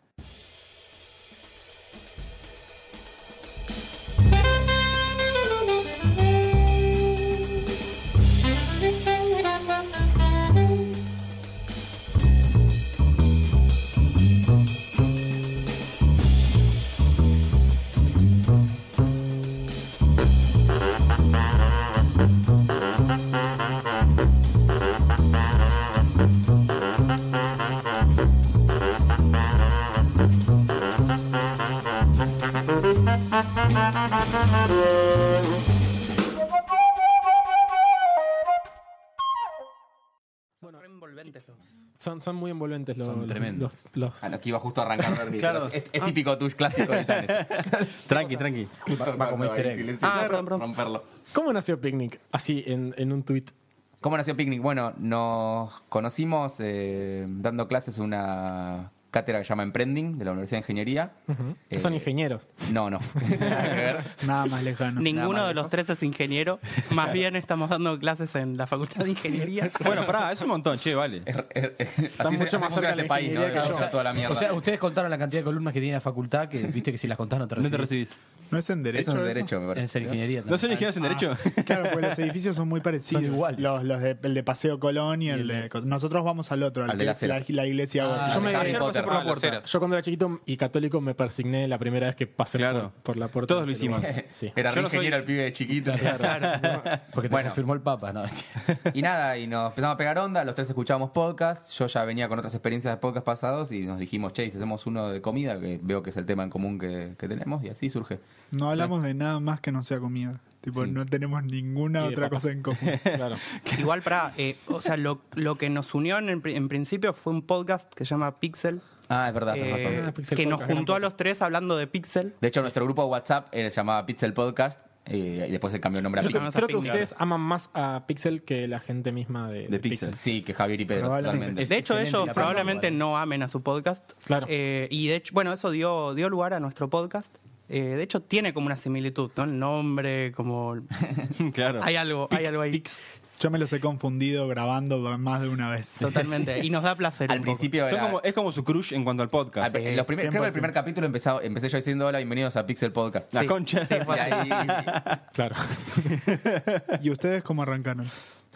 Bueno,
Re envolventes los.
son, son muy envolventes los.
Son
los-
tremendos.
los- los-
Ah, no, que iba justo a arrancar.
Claro.
claro. Es, es típico tuyo, clásico de Itán. ese.
Tranqui, tranqui.
Justo
va
cuando
como
hay
easter egg.
silencio
Ah,
para
perdón, perdón.
Romperlo.
¿Cómo nació Picnic? Así, en, en un tweet.
¿Cómo nació Picnic? Bueno, nos conocimos eh, dando clases en una cátedra que se llama Emprending de la Universidad de Ingeniería. Eh,
Son ingenieros.
No, no. Nada que ver.
Nada más lejano.
Nada
Ninguno
más
de los
lejos.
tres es ingeniero. Más bien estamos dando clases en la Facultad de Ingeniería.
Bueno, pará, es un montón, che, vale.
Así
mucho
se,
más cerca
así funciona
la
este país, ¿no?
ingeniería que
De
yo.
hacer toda la mierda.
O sea, ustedes contaron la cantidad de columnas que tiene la facultad, que viste que si las contás no te
No te
recibís.
recibís.
¿No es en derecho?
eso es un
eso?
derecho, me parece.
En ser ingeniería.
¿No
también.
son ingenieros en derecho?
Claro, porque los edificios son muy parecidos.
Son iguales.
Los, los de, el de Paseo Colón y el de. Nosotros vamos al otro, al,
Al de
que
las
es la,
Heras.
la iglesia gótica.
Yo me-
Ayer pasé
Potter.
por la
Ah, las
puerta.
eras.
Yo cuando era chiquito y católico me persigné la primera vez que pasé
Claro.
por, por la puerta.
Todos
del
lo hicimos.
celular. Sí.
Era
Yo
re
no soy-
ingeniero el pibe de chiquito.
Porque te
Bueno.
confirmó el Papa, ¿no?
Y nada, y nos empezamos a pegar onda, los tres escuchábamos podcast, yo ya venía con otras experiencias de podcast pasados y nos dijimos, che, y si hacemos uno de comida, que veo que es el tema en común que, que tenemos, y así surge.
No hablamos de nada más que no sea comida. Tipo,
Sí.
no tenemos ninguna
Y de
otra
papas.
cosa en común.
Claro.
Igual, para, o sea, lo, lo que nos unió en, el pri- en principio fue un podcast que se llama Pixel,
Ah, es verdad, tenés
eh,
razón.
Ah, Pixel
que nos
Podcast,
juntó a
gran
los tres hablando de Pixel.
De hecho, nuestro grupo de WhatsApp eh, se llamaba Pixel Podcast eh, y después se cambió el nombre a
Creo
Pixel.
que,
más a
creo que
Picnic.
ustedes aman más a Pixel que la gente misma de,
De Pixel.
Sí, que Javier y Pedro,
Probablemente.
totalmente.
Es
De hecho,
excelente
ellos
la
probablemente
pregunta,
no amen a su podcast.
Claro.
Eh, y de hecho, bueno, eso dio, dio lugar a nuestro podcast. Eh, de hecho, tiene como una similitud, ¿no? El nombre, como.
Claro.
Hay algo, hay algo ahí.
Yo me los he confundido grabando más de una vez.
Totalmente. Y nos da placer.
Al
un poco.
principio
Son
era-
como, es como su crush en cuanto al
al
podcast.
pri- los primer- creo que el
100%.
primer capítulo empezaba, empecé yo diciendo, hola, bienvenidos a Pixel Podcast.
La
Sí.
concha.
Sí,
Y
fue así.
ahí-
Claro.
¿Y ustedes cómo arrancaron?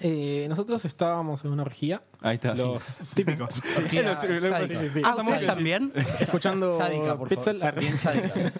Eh, nosotros estábamos en una orgía.
Ahí está, sí.
Los,
Típico.
Sí, sí, sí.
Ah, ¿ustedes también?
Escuchando
Sádica, por
Pixel.
favor. Bien sádica.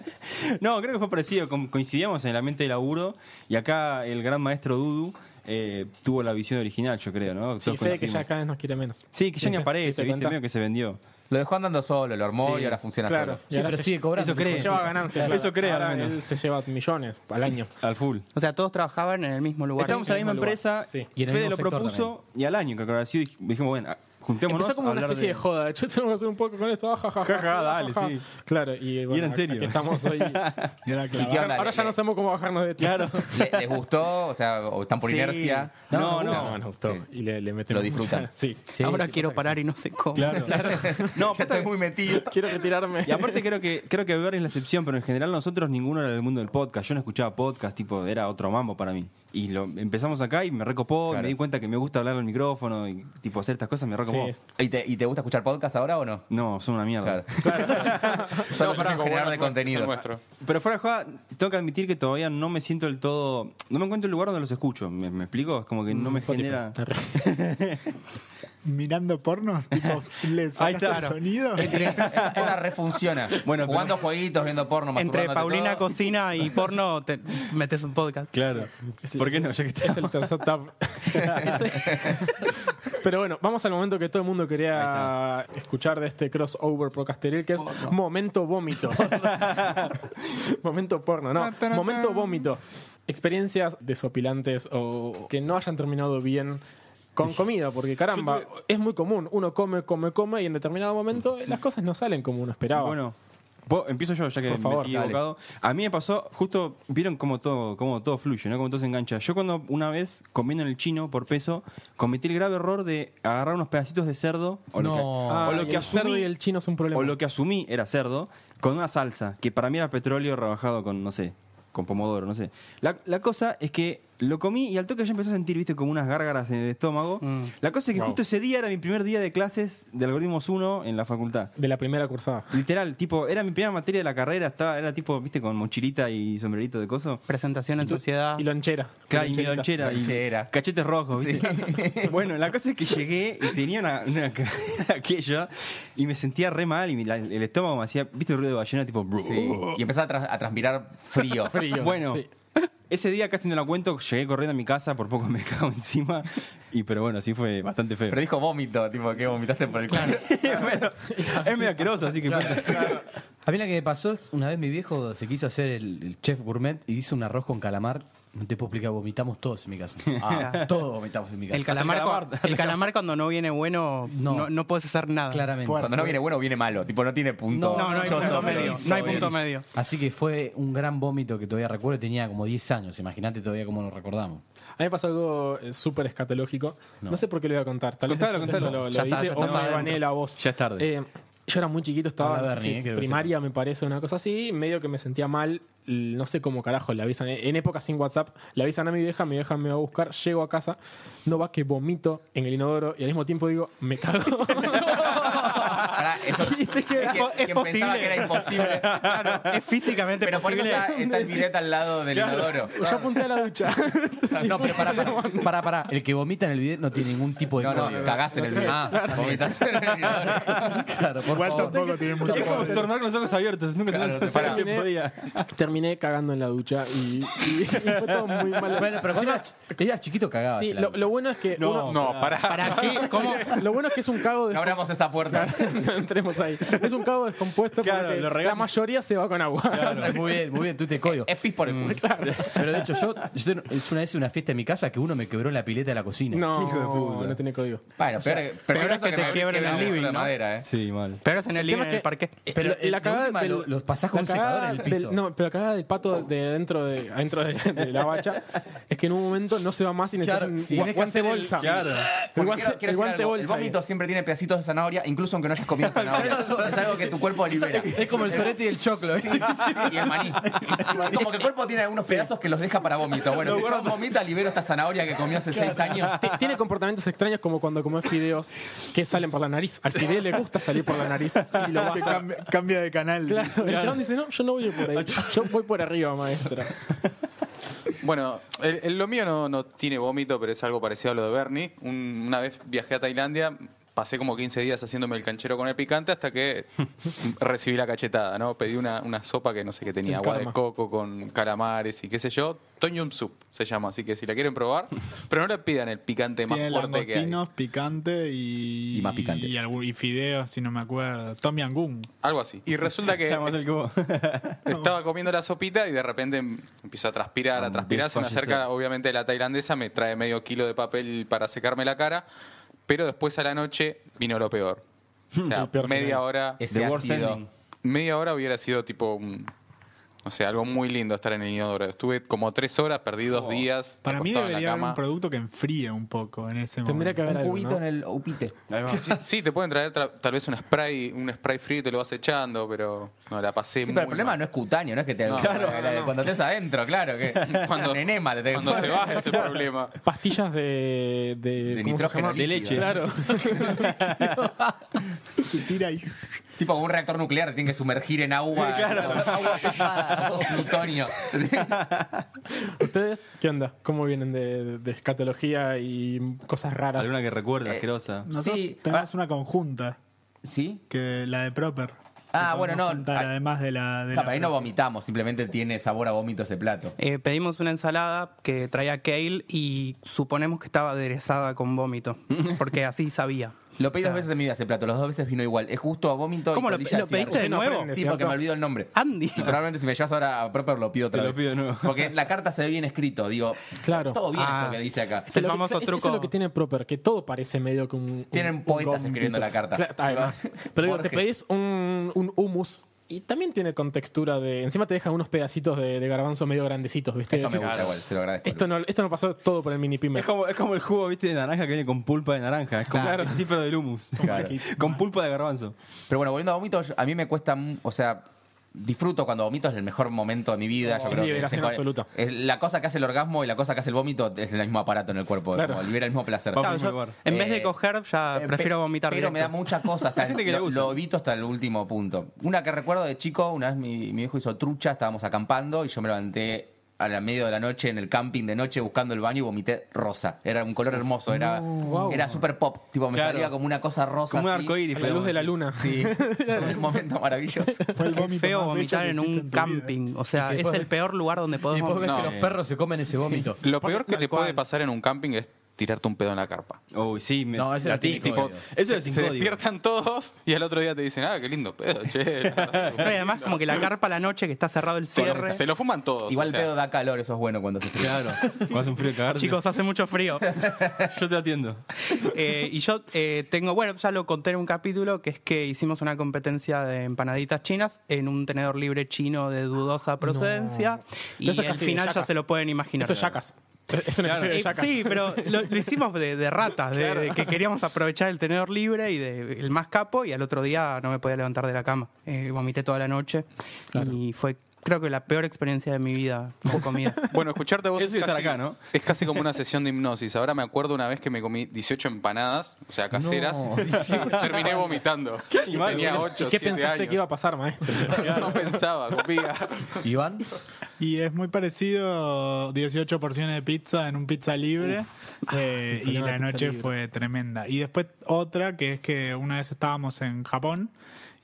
No, creo que fue parecido. com- Coincidíamos en el ambiente de laburo y acá el gran maestro Dudu eh, tuvo la visión original, yo creo, ¿no?
Sí,
Todos
Fede que ya
coincidimos.
cada vez nos quiere menos.
Sí, que
¿Viste?
ya ni
¿Te
aparece,
das
viste,
cuenta?
medio que se vendió.
Lo dejó andando solo, lo armó
Sí.
y ahora funciona
Claro.
solo.
Y ahora
pero
se-
sigue cobrando.
eso cree.
Se lleva ganancias.
Sí.
claro.
Eso cree, al
Ahora
menos.
él se lleva millones al año.
Al full.
O sea, todos trabajaban en el mismo lugar.
Estábamos en la misma
lugar.
empresa,
Sí.
Y en el
Fede
mismo
lo
sector
propuso y al año que acabó así dijimos, bueno, a- juntémonos
Empezó como
a
una
hablar
especie de... joda. De hecho, tenemos que hacer un poco con esto. ah, Ja, ja,
Ja, ja,
sí, ah,
dale,
ja.
sí.
Claro. Y, bueno,
en
acá
serio.
que estamos hoy.
Y era clavado.
¿Y qué onda?
Ahora ya
¿Le-
no sabemos cómo bajarnos de esto.
Claro.
le- ¿Les gustó? O sea, o están por
Sí.
inercia.
No, no.
No, nos gustó.
Sí.
Y le, le metemos
Lo disfrutan.
mucha- Sí.
Sí,
Ahora
sí,
quiero
pasa que
parar y no sé cómo.
Claro. No,
Ya
aparte-
estoy muy metido.
Quiero retirarme.
Y aparte creo que creo que Beber es la excepción, pero en general nosotros ninguno era del mundo del podcast. Yo no escuchaba podcast, tipo, era otro mambo para mí. Y lo empezamos acá y me recopó,
Claro.
me di cuenta que me gusta hablar al micrófono y tipo hacer estas cosas, me recopó.
Sí.
¿Y te, y te gusta escuchar podcast ahora o no?
No, son una mierda.
Claro. Solo yo soy generador de contenidos.
nuestro.
Pero fuera de joda, tengo que admitir que todavía no me siento del todo. No me encuentro el lugar donde los escucho. ¿Me, me explico? Es como que no me
Mm, Spotify.
genera.
Mirando porno, tipo, le sacas
está,
el
claro.
sonido.
Entre- esa, esa refunciona.
Bueno, pero-
Jugando jueguitos, viendo porno,
Entre
masturbándote
Paulina
todo.
Cocina y porno, te metes un podcast.
Claro.
Sí,
¿Por qué
sí.
no? Ya que está-
Es el tercer tab. Pero bueno, vamos al momento que todo el mundo quería escuchar de este crossover procasteril, que es momento vómito. momento porno, no.
Tan, tan, tan.
Momento vómito. Experiencias desopilantes o que no hayan terminado bien con comida, porque caramba, es muy común. Uno come, come, come y en determinado momento las cosas no salen como uno esperaba.
Bueno, vos- empiezo yo, ya que
Por favor,
me metí
dale.
abocado. A mí me pasó, justo, vieron cómo todo, cómo todo fluye, ¿no? Cómo todo se engancha. Yo cuando una vez, comiendo en el chino por peso, cometí el grave error de agarrar unos pedacitos de cerdo. O lo
No.
que,
Ah,
o lo
y
que
el cerdo
asumí.
y el chino es un problema.
o lo que asumí era cerdo, con una salsa, que para mí era petróleo rebajado con, no sé, con pomodoro, no sé. La, la cosa es que lo comí y al toque ya empecé a sentir, viste, como unas gárgaras en el estómago.
Mm.
La cosa es que justo ese día era mi primer día de clases de algoritmos 1 en la facultad.
De la primera cursada.
Literal, tipo, era mi primera materia de la carrera, estaba, era tipo, viste, con mochilita y sombrerito de coso.
Presentación en sociedad.
Y lonchera.
Ah. Claro, y mi
Loncherita.
lonchera,
Lonchera.
y cachetes rojos, ¿viste? bueno, la cosa es que llegué y tenía una, una ca- aquella y me sentía re mal y mi- la- el estómago me hacía, ¿viste el ruido de ballena? Tipo, bro.
Sí. Y empezás a, tras- a transpirar frío.
Frío.
Bueno,
sí.
ese día casi no la cuento, llegué corriendo a mi casa, por poco me cago encima, y pero bueno, sí fue bastante feo.
Pero dijo vómito, tipo que vomitaste por el culo.
Bueno, es medio asqueroso, así que...
A mí la que me pasó, una vez mi viejo se quiso hacer el, el chef gourmet y hizo un arroz con calamar. No te puedo explicar, vomitamos todos en mi casa. Ah, todos vomitamos en mi casa.
El calamar,
el
cua- el calamar cuando no viene bueno,
No.
no, no, puedes hacer nada.
Claramente.
Fuerte.
Cuando no viene bueno, viene malo. Tipo, no tiene punto.
No, no hay
Yo
punto
tomé
medio.
eso,
No hay
bien.
punto medio.
Así que fue un gran vómito que todavía recuerdo. Tenía como 10 años, imagínate todavía cómo lo recordamos.
A mí me pasó algo eh, súper escatológico. No. sé por qué lo voy a contar. Tal vez
Contalo,
después esto
contalo.
lo, lo
Ya está,
edite
ya está
o me
adentro.
baneé la voz.
Ya es tarde.
Eh, yo era muy chiquito, estaba
Habla
no sé
Bernie,
si
eh, que debe
primaria, me parece, una cosa así. Medio que me sentía mal. l- No sé cómo carajo le avisan. En época sin WhatsApp, le avisan a mi vieja, mi vieja me va a buscar, llego a casa, no va que vomito en el inodoro y al mismo tiempo digo, me cago.
Pará, eso- es, que-
Es
quien pensaba
posible.
que era imposible.
Claro, es físicamente
Pero por eso
posible.
está, está el bidet al lado del inodoro.
Yo apunté a la ducha.
No, pero pará, pará, pará, pará. El que vomita en el video no tiene ningún tipo de
No, no,
código.
cagás en el bidet.
Ah,
Vomitás en el inodoro.
claro, por
Igual
favor.
tampoco tiene mucho
Es como
poder.
estornar con los ojos abiertos. Nunca
Claro,
se,
te parás.
se podía.
Terminé cagando en la ducha y, y- y fue todo muy mal.
Bueno, pero encima, eras chiquito cagabas.
Sí,
en Ah, la
lo,
ducha.
lo bueno es que uno-
No, pará.
¿Para qué? ¿Cómo?
lo bueno es que es un cago de
No abramos esa puerta.
no entremos ahí. Es un cabo descompuesto
Claro,
porque
lo
la
regás-
mayoría se va con agua.
Muy bien, muy bien, tú te codio.
Es pis por el culo.
Pero de hecho, yo, yo ten- es una vez una fiesta en mi casa que uno me quebró la pileta de la cocina.
No, no tiene código.
Bueno, peor,
peor
es que, te quiebren el living, de
¿no?
madera, ¿eh?
Sí, mal.
Pero es en el
El tema
living, en el
es que-
parque.
Pero
Eh,
la cagada
del-
los pasás con un
la cagada
secador en el piso.
del- no, pero la cagada del pato de dentro de, adentro de, de la bacha es que en un momento no se va más y necesitas
Claro,
un
sí.
gua-
Tenés que
guante
hacer el-
bolsa. El
Porque
guante,
quiero- quiero
el
decir
guante
algo, el
bolsa.
vómito siempre tiene pedacitos de zanahoria, incluso aunque no hayas comido zanahoria. es algo que tu cuerpo libera.
Es como el sorete y el choclo. ¿eh?
Y el maní. Como que el cuerpo tiene algunos pedazos que los deja para vómito. Bueno, si yo vomita, libero esta zanahoria que comí hace seis años.
T- Tiene comportamientos extraños como cuando comes fideos que salen por la nariz. Al fideo le gusta salir por la nariz y lo
Que
baja.
cambia, cambia de canal.
Claro, el chabón dice, no, yo no voy por ahí. Yo voy por arriba, maestra.
Bueno, el- el- lo mío no, no tiene vómito, pero es algo parecido a lo de Bernie. Un- una vez viajé a Tailandia, pasé como 15 días haciéndome el canchero con el picante hasta que recibí la cachetada, ¿no? Pedí una, una sopa que no sé qué tenía,
El
agua de
karma.
coco con calamares y qué sé yo. Tom Yum Soup se llama, así que si la quieren probar, pero no le pidan el picante más
Tiene
fuerte que hay.
langostinos, picante y.
Y más picante.
Y, algún- y fideos, si no me acuerdo. Tom Yangun.
Algo así. Y resulta
Eh,
que
Llamas el cubo.
Estaba comiendo la sopita y de repente em- empiezo a transpirar, a transpirar. Se me
desfallecer.
acerca, obviamente, la tailandesa, me trae medio kilo de papel para secarme la cara. Pero después a la noche vino lo peor. O sea,
El peor
media
final.
hora.
Ese
The worst
ácido.
ending.
Media hora hubiera sido tipo un. No sé, algo muy lindo estar en el inodoro. Estuve como tres horas, perdí dos días.
Para mí
acostado en la
debería haber
cama.
un producto que enfríe un poco en ese
Tendría
momento.
que haber
Un
algo,
cubito
¿no?
en el upite.
Ahí va.
Sí, sí, te pueden traer tra- tal vez un spray, un spray frío y te lo vas echando, pero no, la pasé
Sí,
muy
pero el problema
mal.
no es cutáneo, no es que te.
No,
Claro,
no, no, no.
Cuando estés adentro, claro. que
Cuando-
un enema te
Cuando se va ese problema.
Pastillas de. de, ¿cómo se
nitrógeno
llama?
líquido.
Claro.
Y tira y-
Tipo como un reactor nuclear, te tienen que sumergir en agua. Agua pesada, plutonio.
¿Ustedes qué onda? ¿Cómo vienen de, de escatología y cosas raras?
Alguna que recuerda, asquerosa.
Nosotros
Sí,
tenemos
ah.
una conjunta,
¿Sí?
que la de Proper.
Ah,
Que
bueno,
podemos
no,
juntar,
ah,
además de la. De
No,
la
pero ahí no vomitamos, simplemente tiene sabor a vómito ese plato.
Eh, pedimos una ensalada que traía kale y suponemos que estaba aderezada con vómito, porque así sabía.
Lo pedí dos veces en mi vida ese plato, las dos veces vino igual. Es justo a vómito y
¿Cómo lo,
colilla de
lo pediste de
cigarro.
nuevo?
Sí, porque me olvidó el nombre.
Andy.
Y probablemente si me llevas ahora a Proper lo pido otra
Te lo
vez.
pido de nuevo.
Porque la carta se ve bien escrito, digo.
Claro.
Todo bien
Ah.
lo que dice acá.
Es el
Lo que-
famoso
es-
truco.
Eso es lo que tiene Proper, que todo parece medio que un. un-
Tienen
un
poetas
gombito.
escribiendo la carta.
Claro, además. Pero digo, te
Borges.
pedís un, un hummus. Y también tiene con textura de. Encima te dejan unos pedacitos de, de garbanzo medio grandecitos, ¿viste?
Eso me
Decís,
gusta igual, se lo agradezco.
Esto no, esto no pasó todo por el mini pyme.
Es como, es como el jugo, viste, de naranja que viene con pulpa de naranja. Es como
Claro.
eso sí, pero del humus.
Claro.
Con pulpa de garbanzo.
Pero bueno, volviendo a vómito, yo- a mí me cuesta, mm, o sea, disfruto cuando vomito, es el mejor momento de mi vida. yo
Oh, es
creo que
liberación
ese-
absoluta.
es la cosa que hace el orgasmo y la cosa que hace el vómito es el mismo aparato en el cuerpo,
Claro.
como libera el mismo placer.
Vamos.
Claro, yo,
lugar.
en vez
Eh,
de coger, ya
Ah,
Eh,
prefiero
pe-
vomitar
Pero me da
directo.
mucha cosa. Hasta
gente que le
lo,
gusta.
lo evito hasta el último punto. Una que recuerdo de chico, una vez mi, mi hijo hizo trucha, estábamos acampando y yo me levanté a la medio de la noche en el camping de noche buscando el baño y vomité rosa. Era un color hermoso, era, era super pop. Tipo,
Uh,
me
Claro.
salía como una cosa rosa.
Como un
así.
arcoíris.
A la luz de la luna.
Sí, fue un momento maravilloso.
Fue el
Qué
vómito
feo
más bello
vomitar
que
en
hiciste
un
tu vida.
camping. O sea, es el peor lugar donde podés
Y vos ves
vomitar.
que los perros se comen ese vómito.
Lo peor que te puede pasar en un camping es tirarte un pedo en la carpa.
Uy, sí, me,
No, ese era
a ti,
sin
tipo,
código.
Eso es
se
sin código.
despiertan todos y al otro día te dicen, ah, qué lindo pedo, che.
No, y además, como que la carpa a la noche que está cerrado el
Se lo-
cierre.
se lo fuman todos.
Igual
o
el
sea,
pedo da calor, eso es bueno cuando se fría.
Claro. Vas a un frío de cagarte.
Chicos, hace mucho frío.
yo te atiendo.
Eh, y yo eh, tengo, bueno, ya lo conté en un capítulo, que es que hicimos una competencia de empanaditas chinas en un tenedor libre chino de dudosa procedencia. Y
Pero eso es
al
casi de
final ya
yacas.
se lo pueden imaginar.
Eso es yacas. Es una episodio
Eh,
de yacas.
sí, pero lo, lo hicimos de, de ratas, de, de que queríamos aprovechar el tenedor libre y de, el más capo, y al otro día no me podía levantar de la cama. Eh, vomité toda la noche y fue, creo que, la peor experiencia de mi vida con comida.
Bueno, escucharte a vos
Eso y
es,
estar
casi,
acá, ¿no?
es casi como una sesión de hipnosis. Ahora me acuerdo una vez que me comí 18 empanadas, o sea, caseras, y terminé vomitando. Tenía 8,
¿Y ¿Qué
7
pensaste
años.
que iba a pasar, maestro?
No pensaba, comía.
Iván,
Y es muy parecido 18 porciones de pizza en un pizza libre.
Ah,
eh,
el
y
problema de
la
pizza
noche
libre.
fue tremenda. Y después otra, que es que una vez estábamos en Japón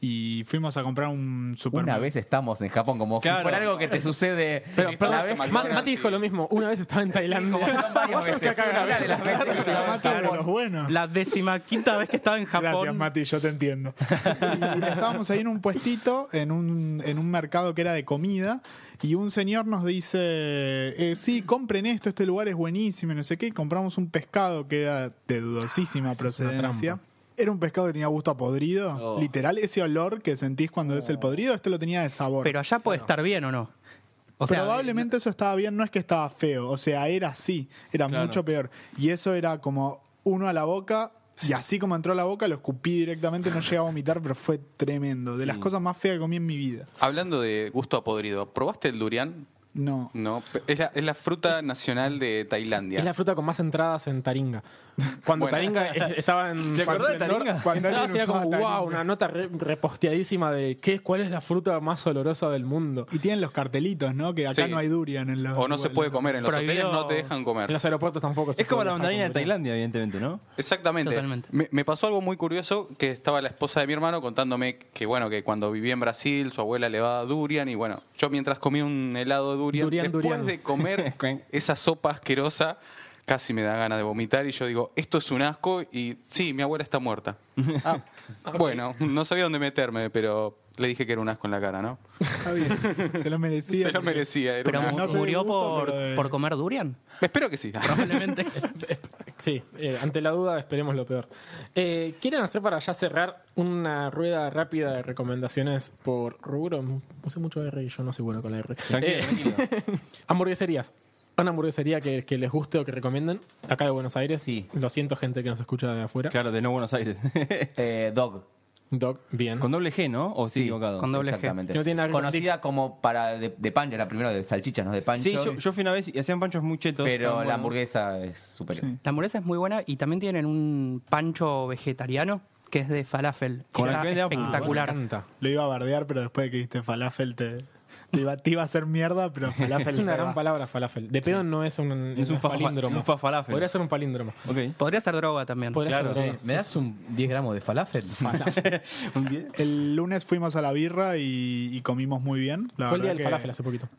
y fuimos a comprar un
Una
supermercado.
vez estamos en Japón, como
Claro.
si fuera algo que te sucede.
Pero, perdón,
la vez-
se
Ma-
Ahora
Mati
sí.
dijo lo mismo. Una vez estaba en
como
Tailandia.
son varias
Váyanse
veces.
acá de una
Una
vez.
de las veces que
Mati era de los buenos.
La décima quinta vez que estaba en Japón.
Gracias, Mati, yo te entiendo. Y estábamos ahí en un puestito, en un, en un mercado que era de comida, y un señor nos dice, eh, sí, compren esto, este lugar es buenísimo, y no sé qué, y compramos un pescado que era de dudosísima procedencia. Era un pescado que tenía gusto a podrido, literal, ese olor que sentís cuando ves el podrido, este lo tenía de sabor.
Pero allá puede estar bien o no. O sea,
Probablemente eso estaba bien, no es que estaba feo, o sea, era así, era mucho peor. Y eso era como uno a la boca, y así como entró a la boca, lo escupí directamente, no llegué a vomitar, pero fue tremendo. De las cosas más feas que comí en mi vida.
Hablando de gusto a podrido, ¿probaste el durian?
No.
No, pe- es la, es la fruta nacional de Tailandia.
Es la fruta con más entradas en Taringa. Cuando
Bueno.
Taringa es- estaba en.
¿Te acordás de
Esplendor,
Taringa?
Cuando entrabas
Alguien
era como,
usaba Taringa.
wow, una nota re- reposteadísima de qué, cuál es la fruta más olorosa del mundo.
Y tienen los cartelitos, ¿no? Que acá
Sí.
no hay durian en los.
o no se
lugares.
puede comer, en los
Prohibido-
hoteles no te dejan
En
comer.
los aeropuertos tampoco se
Es como
puede
la
viajar
mandarina de
con durian.
Tailandia, evidentemente, ¿no?
Exactamente.
Totalmente.
Me, me pasó algo muy curioso que estaba la esposa de mi hermano contándome que bueno que cuando vivía en Brasil su abuela le daba durian y bueno yo mientras comía un helado de durian,
Durian,
después
durian.
de comer esa sopa asquerosa casi me da ganas de vomitar y yo digo esto es un asco y sí mi abuela está muerta. Ah, Bueno no sabía dónde meterme pero le dije que era un asco en la cara no.
Está bien, Se lo merecía.
Se lo
porque-
merecía. Era
pero
un asco.
no sé de
murió
gusto,
por,
pero eh, de-
por comer durian.
Espero que sí.
Probablemente.
Sí, eh, ante la duda esperemos lo peor. Eh, ¿Quieren hacer para ya cerrar una rueda rápida de recomendaciones por rubro? Puse mucho R y yo no soy bueno con la R.
Tranquilo,
Eh,
tranquilo.
hamburgueserías. Una hamburguesería que, que les guste o que recomienden acá de Buenos Aires.
Sí.
Lo siento, gente que nos escucha de afuera.
Claro, de no Buenos Aires.
Eh, Dog.
Doc, bien.
Con doble G, ¿no? ¿O estoy
Sí,
equivocado?
con doble G.
Exactamente.
No tiene nada que ver con
Conocida
Dix.
como para de, de pancho, era primero de salchichas, no de pancho.
Sí, yo, yo fui una vez y hacían panchos muy chetos.
pero
estaban
la
buenos.
hamburguesa es superior.
La hamburguesa es muy buena y también tienen un pancho vegetariano que es de falafel.
Con
Está
la que es de Ah, apu-
espectacular.
Ah, Me encanta.
Lo iba a bardear, pero después de que diste falafel te, te iba, te iba a hacer mierda, pero falafel. Ah.
Es una gran
pegaba.
palabra falafel. De pedo no es un,
Es un fa-
palíndromo.
un fa- falafel.
Podría ser un palíndromo.
Ok.
Podría ser droga también.
Podría
Claro,
ser
sí.
droga.
¿me das un 10 gramos de falafel?
Un bien-
El lunes fuimos a la birra y, y comimos muy bien. La
Fue el día del
verdad que-
falafel hace poquito.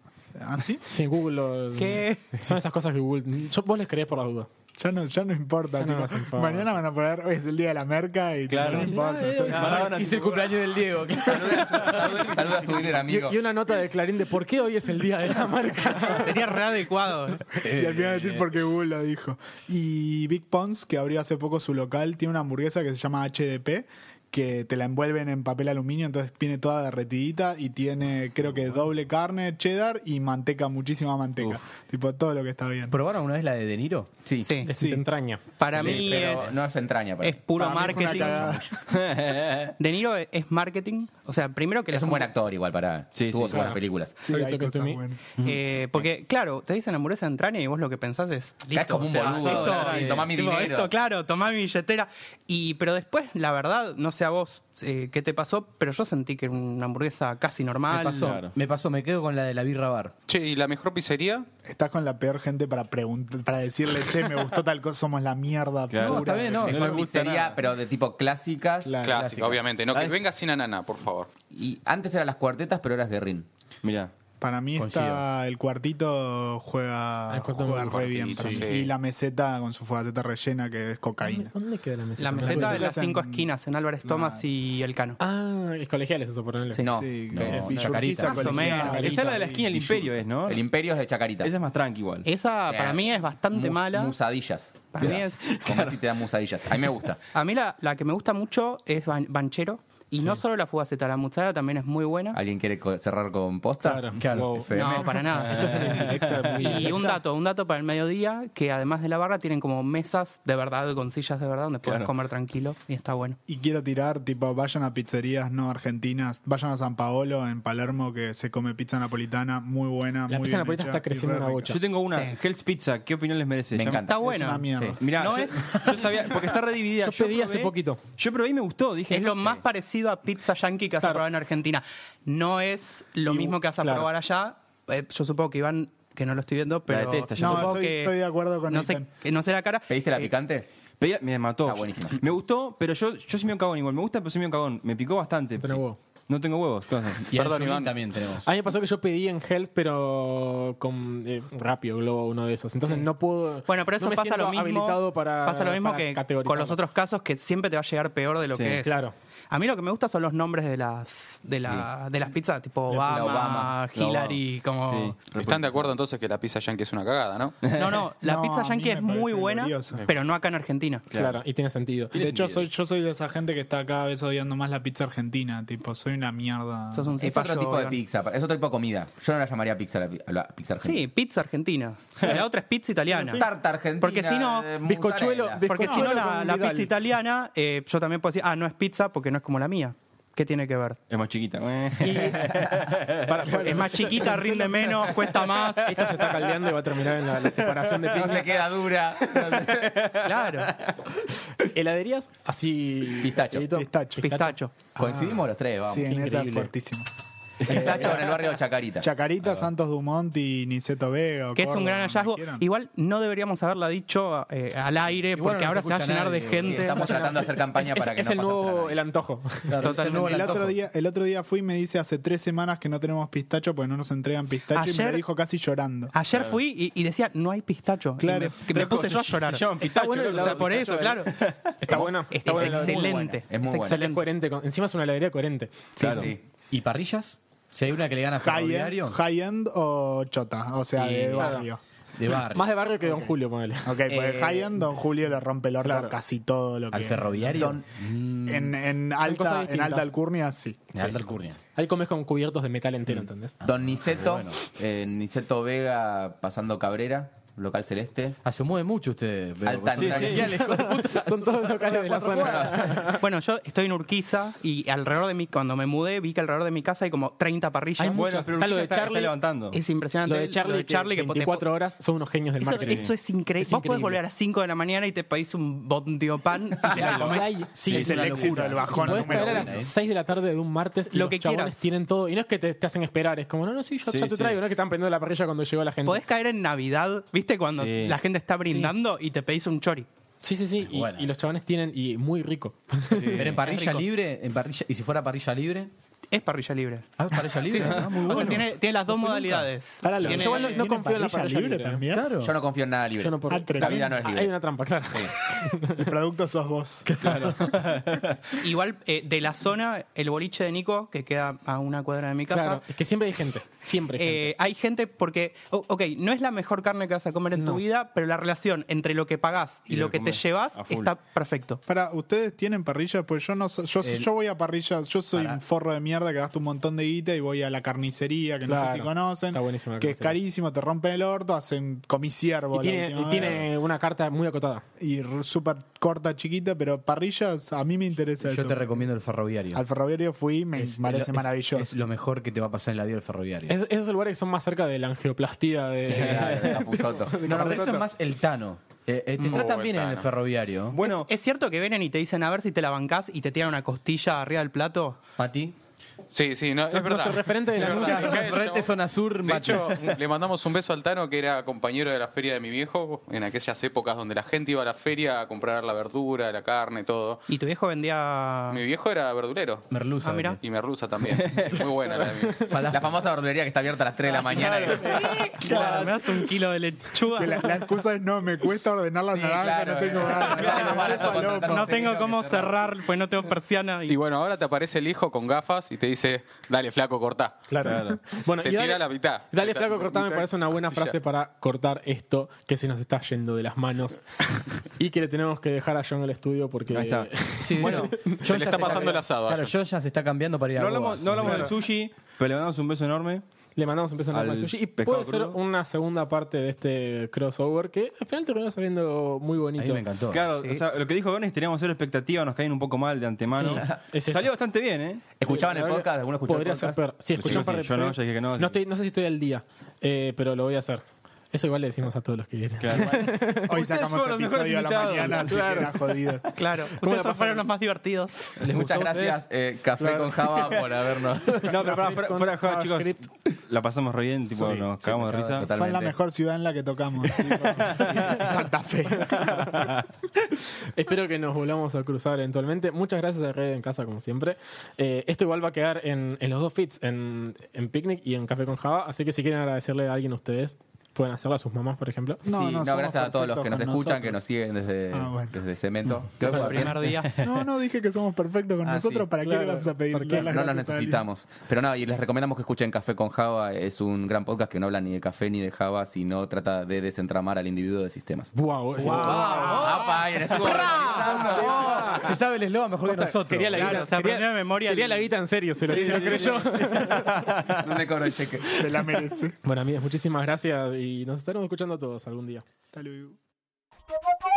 ¿Ah, sí?
Sí, Google. lo-
¿Qué?
Son esas cosas que Google. yo- vos les creés por la duda.
Ya no, ya no importa.
Ya no
tipo,
nos importa.
mañana van a poner, hoy es el día de la merca y
Claro.
no importa.
Ah,
Hice el cumpleaños del Diego.
Saluda, saluda- saluda a su líder
Y,
amigo.
y una nota de Clarín de por qué hoy es el día de la marca.
Sería readecuado.
Y al final decir porque Google lo dijo. Y Big Pons, que abrió hace poco su local, tiene una hamburguesa que se llama HDP, que te la envuelven en papel aluminio, entonces viene toda derretidita y tiene, creo que doble carne, cheddar y manteca, muchísima manteca. Tipo todo lo que está bien.
¿Probaron una vez la de De Niro?
Sí.
Sí.
Es
Sí.
entraña.
Para
Sí,
mí
pero
es,
no es entraña para
es
mí.
puro
Para mí fue una
marketing.
cagada.
De Niro es- es marketing. O sea, primero que
Es
las
un buen actor igual para...
Sí,
tuvo
sí,
sus buenas películas.
Sí,
Oye,
hay
toque to
cosas
me.
buenas.
Eh, porque, claro, te dicen hamburguesa de entraña y vos lo que pensás es.
Es como un boludo, claro, sí, tomá mi
tipo,
dinero.
Esto, claro, tomá mi billetera. Y, pero después, la verdad, no sé a vos eh, qué te pasó, pero yo sentí que era una hamburguesa casi normal.
Me pasó,
Claro.
me pasó, me quedo con la de la birra bar.
Che, ¿y la mejor pizzería?
Estás con la peor gente para preguntar, para decirle, che, me gustó tal cosa, somos la mierda
Claro.
pura.
no.
Es
me
una
gusta
pizzería,
nada.
pero de tipo clásicas.
Claro.
Clásica,
Clásicas.
obviamente. No, que
Ah, es-
venga sin ananá, por favor.
Y antes eran las cuartetas, pero ahora es Guerrín.
Mirá.
Para mí está el cuartito juega,
El cuarto
juega
muy
re bien.
cuartito,
para
sí.
mí. Y la meseta con su fogaceta rellena que es cocaína.
¿Dónde queda la meseta?
La meseta de las
en-
cinco esquinas, en Álvarez Thomas y El Cano.
Ah, es colegiales eso, por ejemplo.
Sí, no,
Sí,
no,
que es
no,
Villa
Chacarita.
Urquiza,
Más o menos.
Colegiales.
Está la de la esquina del Imperio, es,
Ah.
¿no?
El imperio es de Chacarita.
Esa es más tranqui igual.
Esa para
Eh,
mí es bastante
Mus-
mala.
Musadillas.
Para mí es-
Como si te dan musadillas. A mí me gusta.
A mí la, la que me gusta mucho es Ban- Banchero. Y no solo la fugaceta, la muchacha también es muy buena.
¿Alguien quiere co- cerrar con posta?
Claro. Wow.
FM.
No, para nada.
Eso es una indirecta muy-
Ah. Y un dato, un dato para el mediodía, que además de la barra tienen como mesas de verdad, con sillas de verdad, donde puedes
Claro.
comer tranquilo y está bueno.
Y quiero tirar, tipo, vayan a pizzerías no argentinas, vayan a San Paolo, en Palermo, que se come pizza napolitana muy buena.
La
muy
pizza
bien
napolitana
hecha
está creciendo
y re
una
rica.
Yo tengo una, Hell's Pizza, ¿qué opinión les merece?
Me
Ya
encanta.
Está
Es
Es
una
buena.
mierda.
Sí.
Mirá,
No
yo,
es-
yo sabía, porque está redividida.
Yo pedí hace poquito.
Yo probé y me gustó, dije.
Es
no
lo
sé.
más parecido a pizza yankee que has
Claro.
probado en Argentina. No es lo
Y-
mismo que vas a
claro.
probar allá. Eh, yo supongo que Iván, que no lo estoy viendo, pero
detesta, yo
yo
No,
supongo
estoy-
que
estoy de acuerdo con
no sé,
Ethan.
que no sé la cara.
¿Pediste la
Eh,
picante?
Pedí- me mató.
Está buenísima.
Me gustó, pero yo, yo soy medio cagón igual. Me gusta, pero soy medio cagón. Me picó bastante.
tenés
Sí.
huevo.
No tengo huevos. ¿qué vas a hacer?
Y
Perdón,
Perdón,
Iván.
también tenemos.
A mí me pasó que yo pedí en Health, pero con eh, Rapio Globo, uno de esos. Entonces no puedo.
Bueno, pero eso
no me
pasa
siento
lo mismo.
habilitado para.
pasa lo mismo
para
que con los
categorizarlo.
otros casos que siempre te va a llegar peor de lo
Sí,
que es.
Claro.
A mí lo que me gusta son los nombres de las de, la, de las pizzas, tipo Obama,
la Obama, la
Hillary, como
Sí.
Están de acuerdo entonces que la pizza yankee es una cagada, ¿no?
No, no, la
No,
pizza
a mí
yankee
me
es
parece
muy buena,
gloriosa.
pero no acá en Argentina.
Claro. y tiene sentido.
De hecho, soy, yo soy de esa gente que está cada vez odiando más la pizza argentina. Tipo, soy una mierda.
Sos un
Es otro
cipallo,
tipo de
Iván.
pizza, es otro tipo de comida. Yo no la llamaría pizza, la, pi- la pizza argentina.
Sí, pizza argentina. La otra es pizza italiana.
Tarta argentina.
Porque si no,
eh, mozzarella.
bizcochuelo, bizcochuelo.
Porque si no, la,
con
la
Vidal.
pizza italiana, eh, yo también puedo decir, ah, no es pizza porque no es como la mía. ¿Qué tiene que ver?
Es más chiquita. Eh.
Y- para- bueno,
Es más chiquita, rinde menos, cuesta más.
Esto se está caldeando y va a terminar en la, la separación de
No
pizza.
se queda dura.
Claro,
Heladerías así.
Pistacho.
Edito.
Pistacho.
pistacho.
Coincidimos los tres, vamos.
Sí, en esa es
increíble.
fuertísimo.
Pistacho en el barrio de Chacarita.
Chacarita, Santos Dumont y Niceto Vega. o
Que es un
Córdoba,
gran
donde
hallazgo.
quieran.
Igual no deberíamos haberla dicho eh, al aire
Igual
porque
no
ahora
se
se va a
escucha
llenar de
nadie,
Sí,
gente.
estamos tratando de hacer campaña
Es,
para que
es
no
el
pases a
nuevo
nadie.
el antojo.
Totalmente.
El otro, día, el otro día fui y me dice hace tres semanas que no tenemos pistacho porque no nos entregan pistacho y me
Ayer- Ah,
lo dijo casi llorando.
Ayer fui y, y decía, no hay pistacho. Y
Claro.
me- que me, puse yo a llorar.
Se llaman pistacho.
bueno
creo
el
que
O
se
sea,
llama
por
pistacho,
eso, claro.
Está bueno. Está
Es
bueno.
muy buena,
excelente.
es muy
Es
buena.
Es
excelente.
coherente. con- encima es una heladería coherente.
Claro.
Sí.
¿Y parrillas? Si hay una que le gana a
High-end
Ferroviario,
high end o chota, o sea,
Y-
de
claro.
barrio.
de barrio.
Más de barrio que Don Julio, ponele.
Ok, pues high-end, Don Julio le rompe el orto
Eh, claro. Mm.
a casi todo lo que...
Al ferroviario.
Don-
En, en
cosas
alta, en
distintas.
alta alcurnia, sí.
de alta alcurnia.
Ahí comes con cubiertos de metal entero, ¿entendés?
Don Niceto, eh, Niceto Vega pasando Cabrera, local celeste.
Ah, se mueve mucho usted. pero-
Alta
Sí,
entraña.
sí.
Son todos locales de la zona.
Bueno, yo estoy en Urquiza y alrededor de mí, cuando me mudé, vi que alrededor de mi casa hay como 30 parrillas.
Hay
Bueno,
muchas.
pero
Está lo
Urquiza
de
está,
Charlie.
está levantando.
es impresionante.
Lo de Charlie, que,
po- te-
24 horas son unos genios del
Eso,
marketing.
eso es increíble.
Es
Vos podés
increíble.
volver a las 5 de la mañana y te pedís un bondio pan. y te la comés.
Ay, sí,
es el
una
éxito
locura.
del bajón
Podés
número
caer a
uno,
las
¿eh?
6 de la tarde de un martes y
Lo
los
que
chabones
quieras.
tienen todo. Y no es que te, te hacen esperar, es como, no, no, sí, yo
Sí,
ya te
sí.
traigo. No es que están prendiendo la parrilla cuando llegó la gente.
Podés caer en Navidad, ¿viste? Cuando
Sí.
la gente está brindando y te pedís un chori.
Sí, sí, sí.
Es
Y,
buena.
y los chabones tienen, y muy rico.
Pero en parrilla
rico.
libre, en parrilla, y si fuera parrilla libre,
Es parrilla libre.
ah, parrilla libre, ah, muy
O
bueno.
sea, tiene, tiene las dos modalidades.
Ahora, lo-
Tiene-
Yo igual no- no
¿tiene
confío en la
parrilla
parrilla libre,
también.
Claro.
Yo no confío en nada libre.
Yo no por-
Ah, tremendo.
La vida no es
Ah,
libre.
Hay una trampa, claro.
El producto sos vos.
Igual eh, de la zona, el boliche de Nico, que queda a una cuadra de mi casa,
Claro, es que siempre hay gente. Siempre hay gente.
Eh, hay gente porque, o- ok, no es la mejor carne que vas a comer en
No.
tu vida, pero la relación entre lo que pagás y,
Y
lo,
lo
que
que
te
comés,
llevas
a full.
está perfecto.
Para, ¿ustedes tienen parrillas? Pues yo no so- yo, yo voy a parrillas, yo soy un forro de mierda que gasta un montón de guita y voy a la carnicería, que no sé
Claro.
si conocen,
Está buenísima la
que es
carnicería.
carísimo, te rompen el orto, hacen comí ciervo
Y
la
tiene,
última
y tiene
vez.
una carta muy acotada.
Y r- súper corta, chiquita, pero parrillas a mí me interesa
Yo
eso.
te recomiendo el ferroviario.
Al ferroviario fui, me parece
Es-
maravilloso.
Es lo mejor que te va a pasar en la vida el ferroviario.
Es- esos lugares que son más cerca de la angioplastía de.
Capuzoto.
no, no, pero eso es más el Tano. Eh, eh, te
Mm.
tratan
Oh,
bien
el
en el
Tano.
ferroviario.
Bueno,
¿Es cierto que vienen y te dicen a ver si te la bancás y te tiran una costilla arriba del plato?
Mati,
Sí, sí, no, es
Nuestro
verdad.
referente de la
Es verdad,
música.
me cae el
Referente
chabón.
este Zona Sur,
De
macho.
hecho, le mandamos un beso al Tano, que era compañero de la feria de mi viejo, en aquellas épocas donde la gente iba a la feria a comprar la verdura, la carne, todo.
¿Y tu viejo vendía
Mi viejo era verdulero.
Merluza.
Ah, mirá.
Y merluza también. Muy buena la de mi viejo.
La famosa verdulería que está abierta a las 3 de la mañana.
Claro, me das un kilo de lechuga.
Que la, la excusa es no, me cuesta ordenar las
Sí,
naranjas,
claro,
no tengo
eh. Me sale más barato
ganas.
contratar-
Falopa.
No tengo
que
cómo
cerrar.
cerrar, pues no tengo persiana.
Y
Y...
bueno, ahora te aparece el hijo con gafas y te dice, dale flaco, cortá.
Claro. Bueno,
Te
y dale-
tira la mitad.
Dale,
Mitad-
flaco, cortá, me
mitad
parece una buena
costilla.
frase para cortar esto que se nos está yendo de las manos y que le tenemos que dejar a John en el estudio porque...
Ahí está.
bueno,
se le está pasando el asado a
Claro,
John.
yo ya se está cambiando para ir a
No
Goa.
hablamos, no hablamos del sushi, pero le mandamos un beso enorme.
Le mandamos un beso enorme
Al
al sushi. Y
pescado
puede ser
crudo.
una segunda parte de este crossover que al final terminó saliendo muy
A
bonito.
mí me encantó.
Claro, o sea, lo que dijo Bernie, teníamos cero expectativa, nos caen un poco mal de antemano.
Sí, es eso.
Salió bastante bien, ¿eh?
¿Escuchaban el
Ahora,
podcast? ¿Alguno escuchó
podría
el podcast?
Ser, per- sí, escuché
Yo
un par de
sí, yo no,
episodios.
yo dije que no.
estoy- no sé si estoy al día, eh, pero lo voy a hacer. Eso igual le decimos a todos los que vienen.
Claro.
Hoy
Ustedes
sacamos
fueron los mejores
episodio a la
invitados.
mañana, así que era jodido.
Claro,
la
ustedes
pasaron?
fueron los más divertidos.
¿Les gustó a
Muchas gracias, eh, Café con Java, por habernos.
No, pero pará, fuera,
Con
fuera de joda, chicos.
JavaScript.
La pasamos re bien, tipo,
Sí,
nos
sí,
cagamos de
me cago
risa.
de
Son la
Totalmente.
mejor ciudad en la que tocamos. tipo, Santa Fe.
Espero que nos volvamos a cruzar eventualmente. Muchas gracias a Red en casa, como siempre. Eh, esto igual va a quedar en, en los dos feeds, en, en Picnic y en Café con Java. Así que si quieren agradecerle a alguien ustedes, pueden hacerlo a sus mamás, por ejemplo.
No,
sí,
no
no,
somos
gracias a todos los que nos
perfectos
escuchan,
con
que nos siguen desde,
Ah, bueno.
desde Cemento. Creo que
El
va bien.
primer día.
No, no, dije que somos perfectos con
Ah,
nosotros.
sí.
¿Para qué
Claro.
le vamos a pedir
¿Por qué?
dar las
No nos
gracias a alguien?
necesitamos. Pero nada, y les recomendamos que escuchen Café con Java. Es un gran podcast que no habla ni de café ni de Java, sino trata de desentramar al individuo de sistemas.
¡Wow!
¡Apa! Ayer estuvo organizando.
Se sabe el eslogan mejor que nosotros.
Quería la
Claro,
guita,
se aprendió
quería-
de memoria
quería
el-
la guita en serio, se lo, se lo creyó.
No me cobro el cheque.
Se la merece.
Bueno, amigos, muchísimas gracias y nos estaremos escuchando todos algún día.
Hasta luego.
Thank you.